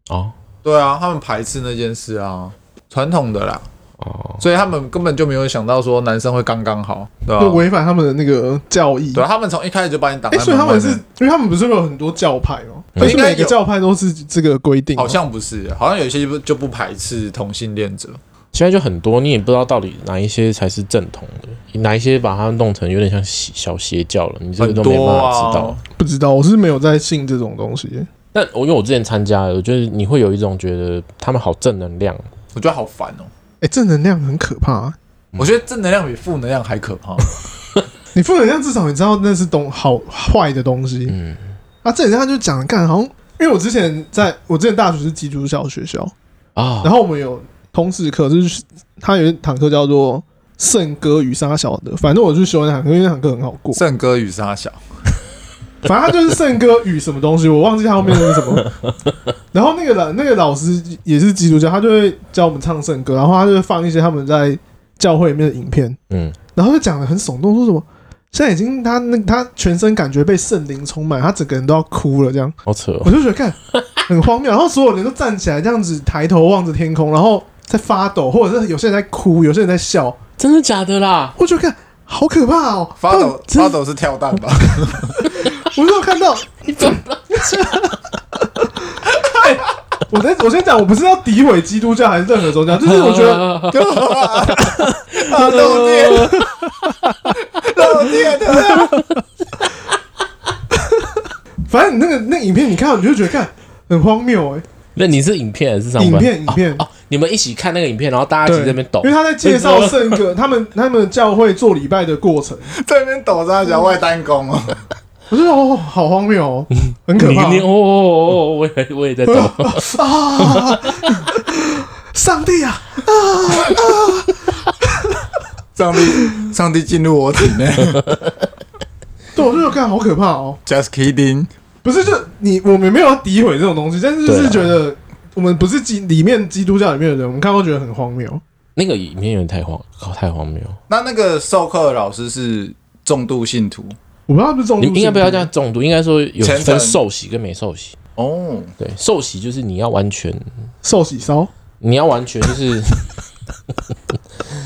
哦
对啊，他们排斥那件事啊，传统的啦，
哦，
所以他们根本就没有想到说男生会刚刚好，对吧、
就违反他们的那个教义。
啊对啊，他们从一开始就把你挡
哎、
在
所以他
门外
们是
面，
因为他们不是有很多教派哦吗？
嗯
而且
应该
每个
有
教派都是这个规定吗，啊
好像不是，好像有些不就不排斥同性恋者，
现在就很多，你也不知道到底哪一些才是正统的，哪一些把它弄成有点像邪小邪教了，你这个
很
都没办
多
法
啊，
知道。
不知道，我是没有在信这种东西。
但我因为我之前参加了，我觉得你会有一种觉得他们好正能量，
我觉得好烦哦、
哎、正能量很可怕、啊
嗯
我觉得正能量比负能量还可
哦
怕。
你负能量至少你知道那是东好坏的东西。
嗯，
啊，正能量就讲干，好像因为我之前在我之前大学是基督教学校，
啊，
然后我们有通识课，就是他有一堂课叫做圣歌与沙小的，反正我就喜欢那堂课，因为那堂课很好过。
圣歌与沙小，
反正他就是圣歌与什么东西，我忘记他后面那是什么。然后那个老那个老师也是基督教，他就会教我们唱圣歌，然后他就会放一些他们在教会里面的影片，
嗯，
然后就讲的很耸动，说什么现在已经他那他全身感觉被圣灵充满，他整个人都要哭了这样，
好扯哦，
我就觉得看很荒谬。然后所有人都站起来这样子抬头望着天空，然后在发抖，或者是有些人在哭，有些人在笑，
真的假的啦？
我就看好可怕哦，
发抖
真
发抖是跳蛋 [laughs] 吧？
我就看到
[laughs] 你怎么
[laughs]
了？
哎我在我先讲，我不是要诋毁基督教还是任何宗教，就是我觉
[laughs]
得
啊，漏 [laughs] 电，漏电的，
反正你那个那影片你看，你就觉得看很荒谬哎、
那你是影片还是上班？
影片影片，
哦，你们一起看那个影片，然后大家
对，
一起在那边抖
因为。他在介绍
[laughs]
圣歌，他们他们教会做礼拜的过程，
在那边抖着讲外单工哦，
我觉得哦，好荒谬哦，很可
你
怕
你哦哦哦哦，我也我也
[laughs]
在抖。
啊！上帝啊！
上帝，上帝进入我体内
对，我就觉得看好可怕哦。
，just kidding。
不是，就你我们没有要诋毁这种东西，但是就
对
是
啊
觉得我们不是基里面基督教里面的人，我们看到觉得很荒谬。
那个影片有点太荒，靠，太荒谬。
那那个授课的老师是重度信徒
我不知道是不是中，
你应该不要这样中毒，应该说有
虔诚
分受洗跟没受洗。
哦，
对，受洗就是你要完全，
受洗烧，
你要完全就是
[laughs]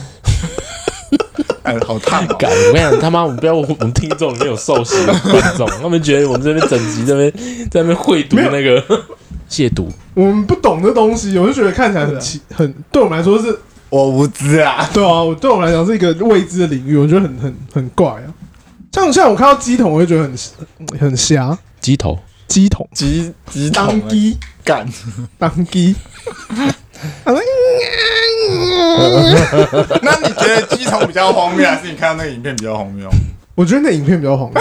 哎，好烫哦！
敢，我跟你讲，他妈，我们不要，我们听众里面有受洗的观众，他们觉得我们这边整集这边在那边会读那个 [laughs] 亵渎。
我们不懂这东西，我就觉得看起来
啊
很奇，很对我们来说是，
我无知啊，
对啊，我对我们来讲是一个未知的领域，我觉得很很很怪啊。像像我看到鸡桶，我就觉得很很瞎，
鸡头，
鸡桶哎
急急当
当鸡
干，
当鸡，啊
那你觉得鸡桶比较荒谬，还是你看到那个影片比较荒
[laughs]
谬？
我觉得那影片比较红，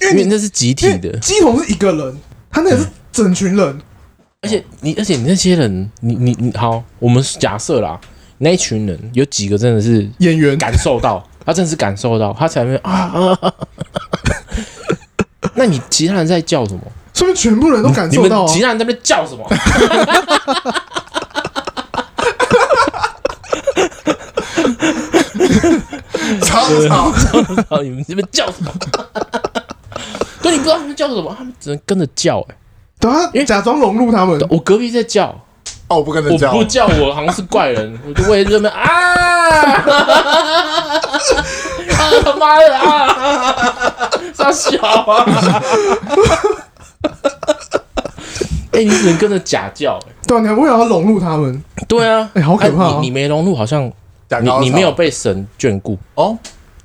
因为那是集体
因为
的，
鸡桶是一个人，他那个是整群人，哦
而且你，而且你那些人，你你你，好，我们假设啦，那一群人有几个真的是
演员
感受到，他真的是感受到，他才会啊啊。啊那你其他人在叫什么？
说明全部人都感
你
受
们
到啊
其。他人在那边叫什么？ [laughs]
吵吵，
啊，你们这边叫什么？ [laughs] 对，你不知道他们叫什么，他们只能跟着叫、欸。
对啊，
因为
假装融入他们，
我隔壁在叫，
哦，我不跟
我
着叫
不，叫我好像是怪人，我就为了这边啊，啊他妈的啊，傻小啊！哎、你只能跟着假叫、欸。
对啊，你还为了要融入他们，
对啊，
哎好可怕哦
哎你你没融入，好像
假
你
高潮
你没有被神眷顾。
哦，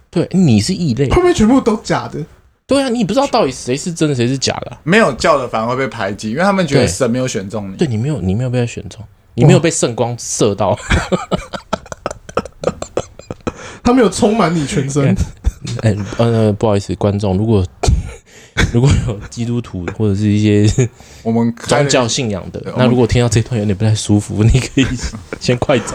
对，你是异类
会。不会全部都假的？
对啊，你不知道到底谁是真的，谁是假的啊、
没有叫的反而会被排挤，因为他们觉得
对
神没有选中你。
对你没有，你没有被他选中，你没有被圣光射到。
他们有充满你
[laughs]
全身，
哎、呃，不好意思，观众，如果 [laughs] 如果有基督徒或者是
[laughs]
一些
我们开
宗
了
教信仰的
对，我
那
们
如果听到这段有点不太舒服，你可以先快转。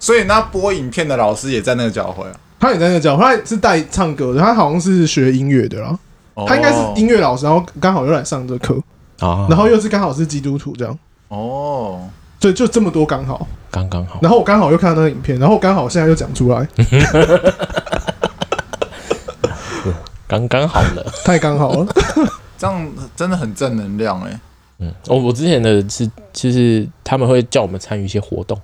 所以那播影片的老师也在那个教会啊，
他也在那教，他也是带唱歌的，他好像是学音乐的啦，
哦
他应该是音乐老师，然后刚好又来上这课，
啊，
然后又是刚好是基督徒这样，
哦，
所以就这么多刚好，
刚刚好，
然后我刚好又看到那个影片，然后我刚好现在又讲出
[laughs]
来，
刚刚好了。
太刚
[laughs]
好了，
这样真的很正能量哎、
嗯，我我之前的是，就是他们会叫我们参与一些活动，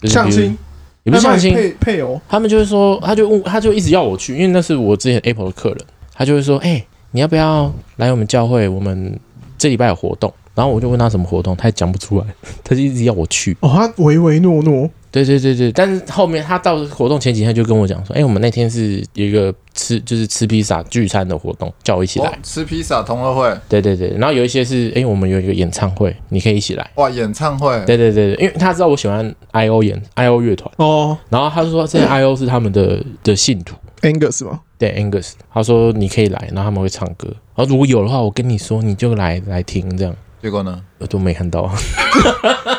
就是比
相哎
如
亲，
也不是相亲，
配配哦偶，
他们就会说，他就问，他就一直要我去，因为那是我之前 Apple 的客人，他就会说，哎、你要不要来我们教会？我们这礼拜有活动。然后我就问他什么活动，他也讲不出来，他就一直要我去。
哦，他唯唯诺诺，
对对对对，但是后面他到活动前几天就跟我讲说，哎、我们那天是有一个吃就是吃披萨聚餐的活动，叫我一起来。
哦，吃披萨同乐会，
对对对，然后有一些是，哎、我们有一个演唱会，你可以一起来。
哇，演唱会，
对对对对，因为他知道我喜欢 I O 演 I O 乐团，
哦
然后他就说这 I O 是他们的的信徒。
，Angus 嘛，
对 Angus，他说你可以来，然后他们会唱歌。然后如果有的话，我跟你说，你就来来听这样。
结果呢？
我都没看
[laughs]
到，
啊，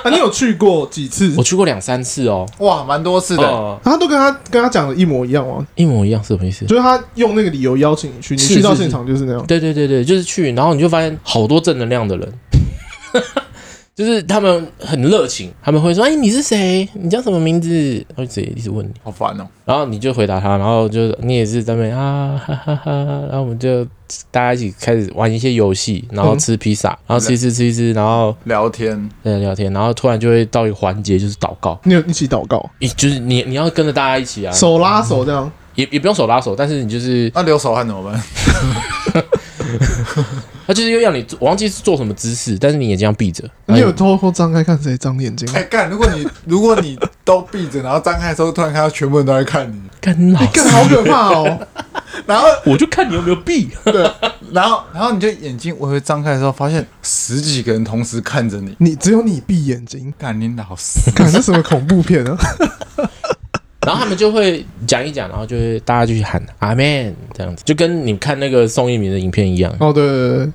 你有去过几次
[laughs] 我？去过两三次哦，
哇，蛮多次的、
哦
他都跟他跟他讲的一模一样哦，
一模一样，是什么意思？
就是他用那个理由邀请你去，你
是
去到
是是
现场就是那样。
对对对对，就是去，然后你就发现好多正能量的人， [laughs] 就是他们很热情，他们会说：“哎，你是谁？你叫什么名字？”他会直接一直问你，
好烦哦、
然后你就回答他，然后就你也是在那边啊哈哈哈，然后我们就大家一起开始玩一些游戏，然后吃披萨，
嗯
然后吃一吃吃一吃，然后
聊天，
在聊天，然后突然就会到一个环节，就是祷告，
你有一起祷告，
你就是你你要跟着大家一起啊，
手拉手这样，
也也不用手拉手，但是你就是
那流手汗怎么办？ [laughs]
他就是又让你做我忘记是做什么姿势，但是你眼睛要闭着，哎
你有偷偷张开看谁张眼睛？
哎、干，如果你如果你
哎
都闭着，然后张开的时候，突然看到全部人都在看你，
干老
更好可怕哦！ [laughs]
然后
我就看你有没有 [laughs] 避。
然后
然后你就眼睛微微张开的时候，发现十几个人同时看着你，
你只有你闭眼
[laughs]
睛，
干你老死！
看这什么恐怖片啊？
然后他们就会讲一讲，然后就会大家就去喊阿 man 这样子，就跟你看那个宋一鸣的影片一样啊、
哦，对对对，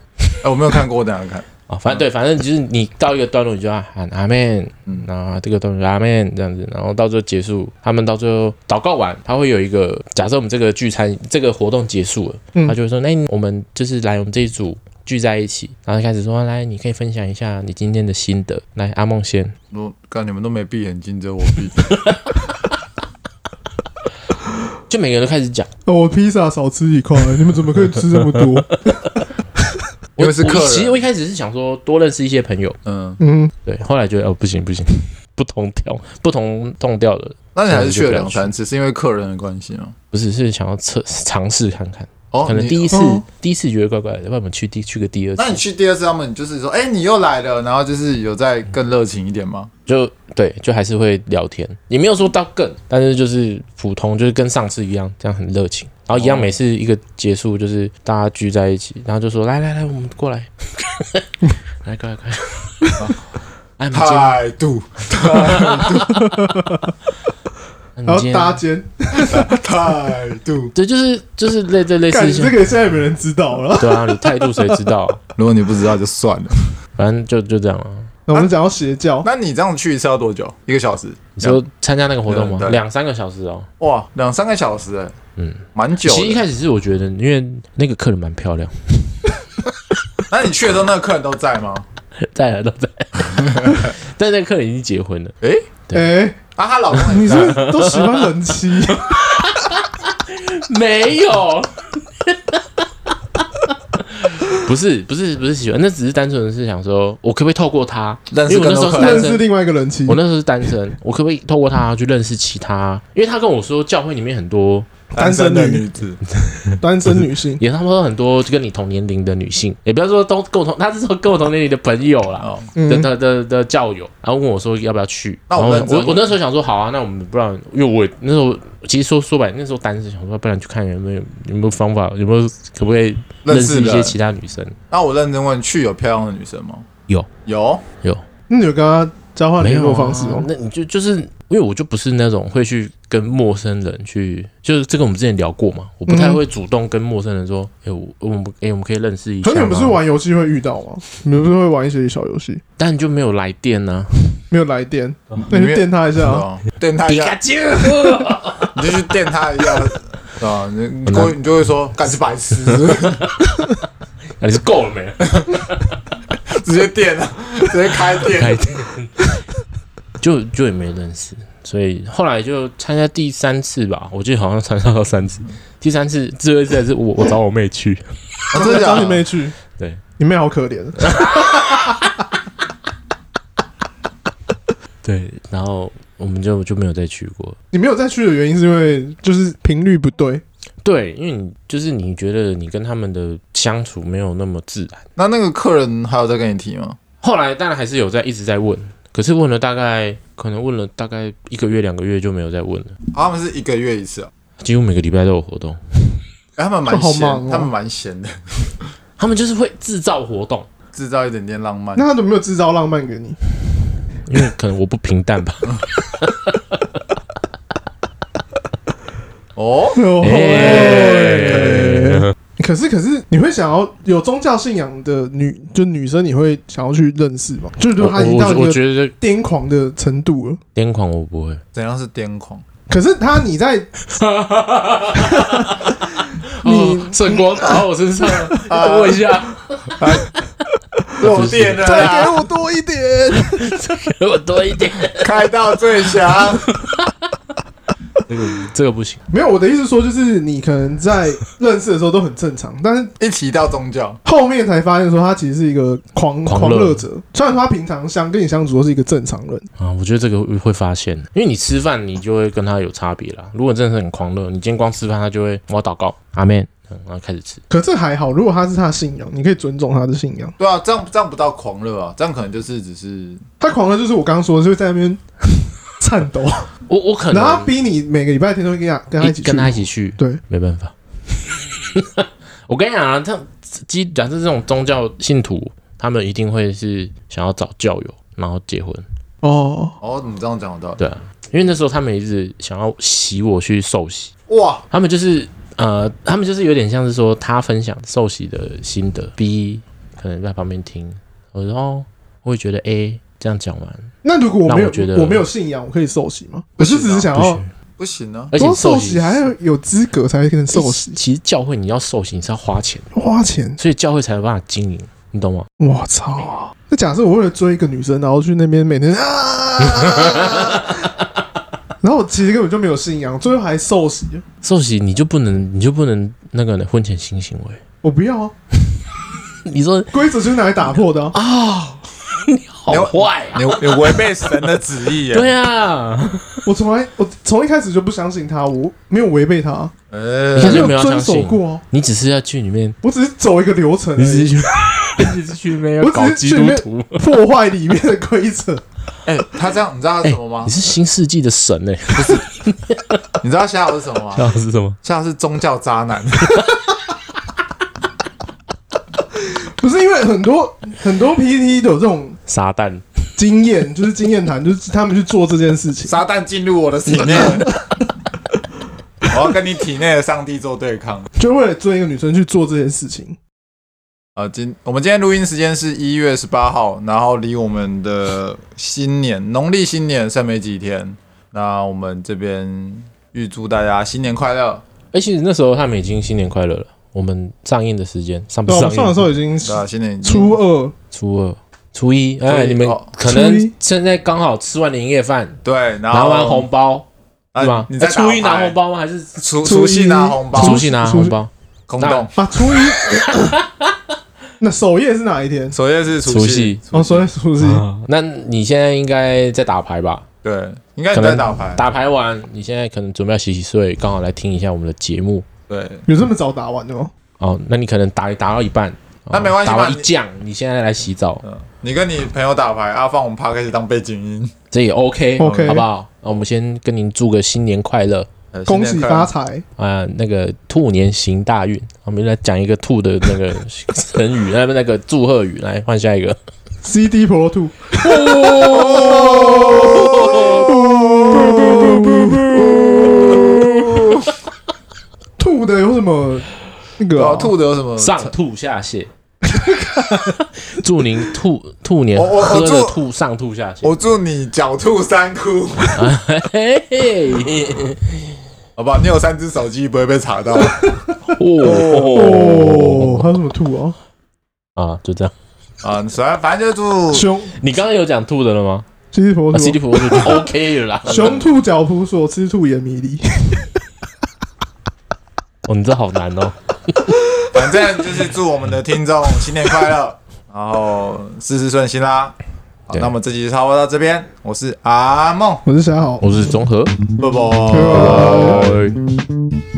哎，我没有看过，我等一下看。
哦反正对，反正就是你到一个段落，你就要喊阿 man，
嗯
然后这个段落就阿 man 这样子，然后到最后结束，他们到最后祷告完，他会有一个假设我们这个聚餐这个活动结束了，
嗯
他就会说，那你我们就是来我们这一组。聚在一起，然后开始说：“来，你可以分享一下你今天的心得。”来，阿梦先，
我干你们都没闭眼睛，只有我
[laughs]
闭。
就每个人都开始讲。
哦我披萨少吃一
[laughs]
块，你们怎么可以吃这么多？
因为是客人
我其实我一开始是想说多认识一些朋友，
嗯，
嗯，
对，后来觉得哦不行不行， [laughs] 不同调不同动调的，
那你还是去了两三次，是因为客人的关系吗？
不是是想要测尝试看看，
哦，
可能
你
第一次、嗯
哦
第一次觉得怪怪的，要不然我们去第去个第二
那你
次，
去第二次，他们就是说，哎、你又来了，然后就是有再更热情一点吗？
就对，就还是会聊天，也没有说到更，但是就是普通，就是跟上次一样，这样很热情。然后一样，
哦
每次一个结束就是大家聚在一起，然后就说来来来，我们过来，
[laughs]
来过来过来，哎，你今天
态度，
你
然后
今
搭
天
肩，
态度。
对，就是就是类这类
干
似
你这
像，
个现在也没人知道了。
对 [laughs] 啊，你态度谁知道？
如果你不知道就算了。
反正就就这样啊。
那我们讲到邪
[laughs]
教，
[laughs] 那你这样去一次要多久？一个小时？
你说参加那个活动
嗯
吗？
对
两三个小时哦。
哇，两三个小时、哎，
嗯
嗯，蛮久
其实
的。
一开始是我觉得，因为那个客人蛮
[laughs]
漂亮，
那你去的时候，那个客人都在吗？
在了都在， [laughs] 但那个客人已经结婚了，
哎、
哎，
啊，她老公也
[laughs] 你是
在
不是都喜欢人妻？
[laughs] 没有。 [laughs] 不是不是不是喜欢，那只是单纯的是想说，我可不可以透过他？
认识
因为我那时候是
更多客
认
单
识
身，
另外一个人妻
我？那时候是单身，我可不可以透过他去认识其他？因为他跟我说，教会里面很多，
单身
的
女
女子，
单身女性，
也他们说很多就跟你同年龄的女性，也不要说都跟我同，他是说跟我同年龄的朋友啦。
哦，
的
嗯，
的的的教友，然后问我说要不要去，
那
然
我
后
们
我
认真
我那时候想说好啊，那我们不然，因为我也那时候其实说说白了，那时候单身，想说不然去看有没有有没有方法，有没有可不可以认
认
识
识
一些
的。
其他女生？
那我认真问，去有漂亮的女生吗？
有
有，
那你有跟他交换
没
联
有
络
啊
方式哦？
那你就就是因为我就不是那种会去跟陌生人去，就是这个我们之前聊过嘛，我不太
嗯
会主动跟陌生人说，哎、我我们哎、我们可以认识一下
可你们不是
吗，
玩游戏会遇到吗？你们不是会玩一些小游戏？
但就没有来电啊呢、
没有来电，那
没
你就
有
电他一下啊。
哦，电她一
皮卡
下，
丘，
[laughs]
啊
你就去电她一下，是吧？你你过去你就会说，干是白痴，是不是
那你是够了没？
直接电啊，直接开电。
开店，就就也没认识，所以后来就参加第三次吧，我记得好像参加到三次，第三次最后一次还是我我找我妹
[laughs]
去，
啊真的假
找
的
你妹去，
对，
你妹好可怜。
对，然后我们就就没有再去过，
你没有再去的原因是因为就是频率不对，
对，因为你就是你觉得你跟他们的相处没有那么自然，
那那个客人还有在跟你提吗？
后来当然还是有在一直在问，可是问了大概可能问了大概一个月两个月就没有再问了，
啊他们是一个月一次啊，
几乎每个礼拜都有活动，
哎他们蛮
好
闲
忙哦，
他们蛮闲的，
他们就是会制造活动，
制造一点点浪
啊
漫
那。他怎么没有制造浪漫给你？
因为可能我不平淡吧。
哦，
[laughs] 哦
哎
欸可是可是你会想要有宗教信仰的女，就女生你会想要去认识吗？就是说她已经到
我
一
我
个
觉得
癫狂的程度了。
癫狂我不会，
怎样是癫狂？
可是她你
[laughs]
在， [laughs] 你
哦
啊
圣光打到我身上，等我一下，
漏电啊了
再给
啦，
我多一点，
[laughs] 给我多一 [laughs] 点。
开到最强。
这个这个不行，
没有我的意思说就是你可能在认识的时候都很正常，但是
[laughs] 一提到宗教，
后面才发现说她其实是一个狂
狂
狂
热
热者。虽然说她平常相跟你相处都是一个正常人，
啊，我觉得这个会发现，因为你吃饭你就会跟他有差别啦。如果真的是很狂热，你今天光吃饭他就会我要祷告，阿门，嗯然后开始吃。
可这还好。如果她是她的信仰，你可以尊重她的信仰。
对啊，这样这样不到狂热啊，这样可能就是只是
她狂热就是我刚刚说的，就会在那
[laughs]
边颤抖。
我我可
然后他
能
逼你每个礼拜天都会跟他跟他一起去，
跟他一起去，
对，
没办法， [laughs] 我跟你讲啊，他基假设这种宗教信徒，他们一定会是想要找教友，然后结婚，
哦，
哦，你这样讲的，
对啊，因为那时候他们一直想要洗我去受洗，
哇，
他们就是呃，他们就是有点像是说他分享受洗的心得，B 可能在旁边听，我说哦，我也觉得 A 这样讲完，
那如果我没
那
有
我觉得
没有信仰，我可以受洗吗？
不
我
行啊
是只是想
不
要
行，
不行啊，
而且
说
受
受洗还要有资格才能受洗，
其实教会你要受洗你是要花钱的，
花钱，
所以教会才有办法经营，你懂吗？
我操！那假设我为了追一个女生，然后去那边每天
[laughs]
啊，然后我其实根本就没有信仰，最后还受洗，
受洗你就不能，你就不能那个呢婚前性行为。
我不要啊！
你说
规则就是拿来打破的啊！
好坏啊？
你你违背神的旨意耶！
对啊，
我从来我从一开始就不相信他，我没有违背他，
呃
你看
我
就啊没有
有
相
遵守
信
过啊，
你只是要去里面，
我只是走一个流程而
你只
已，
是去， [laughs] 你只是去里面
我
要
只
搞
是
基
去
督
里面
徒。
破坏里面的规则。
哎，他这样你知道他是
哎
什么吗
你？是新世纪的神 [laughs] 哎、欸，
哎你知道夏我是什么 [laughs] 吗？
那啊是什么？
夏是宗教渣男，
不是因为很多很多 PT 都有这种
撒旦，
经验，就是经验谈，就是他们去做这件事情。
撒旦进入我的体内， [laughs] 我要跟你体内的上帝做对抗。
就为了追一个女生去做这件事情。
啊，今我们今天录音时间是一月十八号，然后离我们的新年农历新年剩没几天，那我们这边预祝大家新年快乐。
而且哎那时候他们已经新年快乐了。我们上映的时间上不
对啊，我
上
们
映？
上的时候已经
对啊，新年已经
初二，
初二、初一，哎，
初一
你们
哦
可能
初一
现在刚好吃完年夜饭，
对，然后
拿完红包
啊
是吗？
你在
哎初一拿红
包，
包吗？还是
除
初
除夕
一
拿红包，
除夕拿
除夕
红包？
空
那
洞。
啊，初一。 [laughs] 那首页是哪一天？
首先是除
除夕
哦，首页是初一。
啊那你现在应该在打牌吧？
对，应该
可
你
能
在打牌，
打牌完，你现在可能准备要洗洗睡，刚好来听一下我们的节目
对，
有这么早打完的吗？
哦。那你可能打打到一半，哦
那没关系
打
嘛
完一
你
将，你现在来洗澡，
嗯，你跟你朋友打牌，阿放我们 p 开始当背景音，
这也 OK
OK
好不好？那我们先跟您祝个新年快乐
呃
恭喜发，财！
啊、那个兔年行大运。我们来讲一个兔的那个 [laughs] 成语，那那个祝贺语，来换下一个。
CD Pro Two，吐的有什么那
对
个
啊，
啊
兔子有什么
哦上吐下泻。祝您兔兔年
我我我
喝了
祝
吐上吐下泻。
我祝你狡兔三窟，
嘿嘿，
好吧？你有三只手机，不会被查到。
哦
哦，还有什么吐啊？
啊，就这样。
啊，反反正就祝
熊
你刚刚有讲吐的了吗？
CD Pro
啊 CD
Two，
普我就 OK 了啦。
熊吐脚扑朔，吃兔眼迷离。
哦，你这好难哦。
反正就是祝我们的听众新年快乐，然后事事顺心啦。好，
对
那么这集就差不多到这边，我是阿梦，
我是小好，
我是综合。
拜
拜
拜
哎
拜。
拜。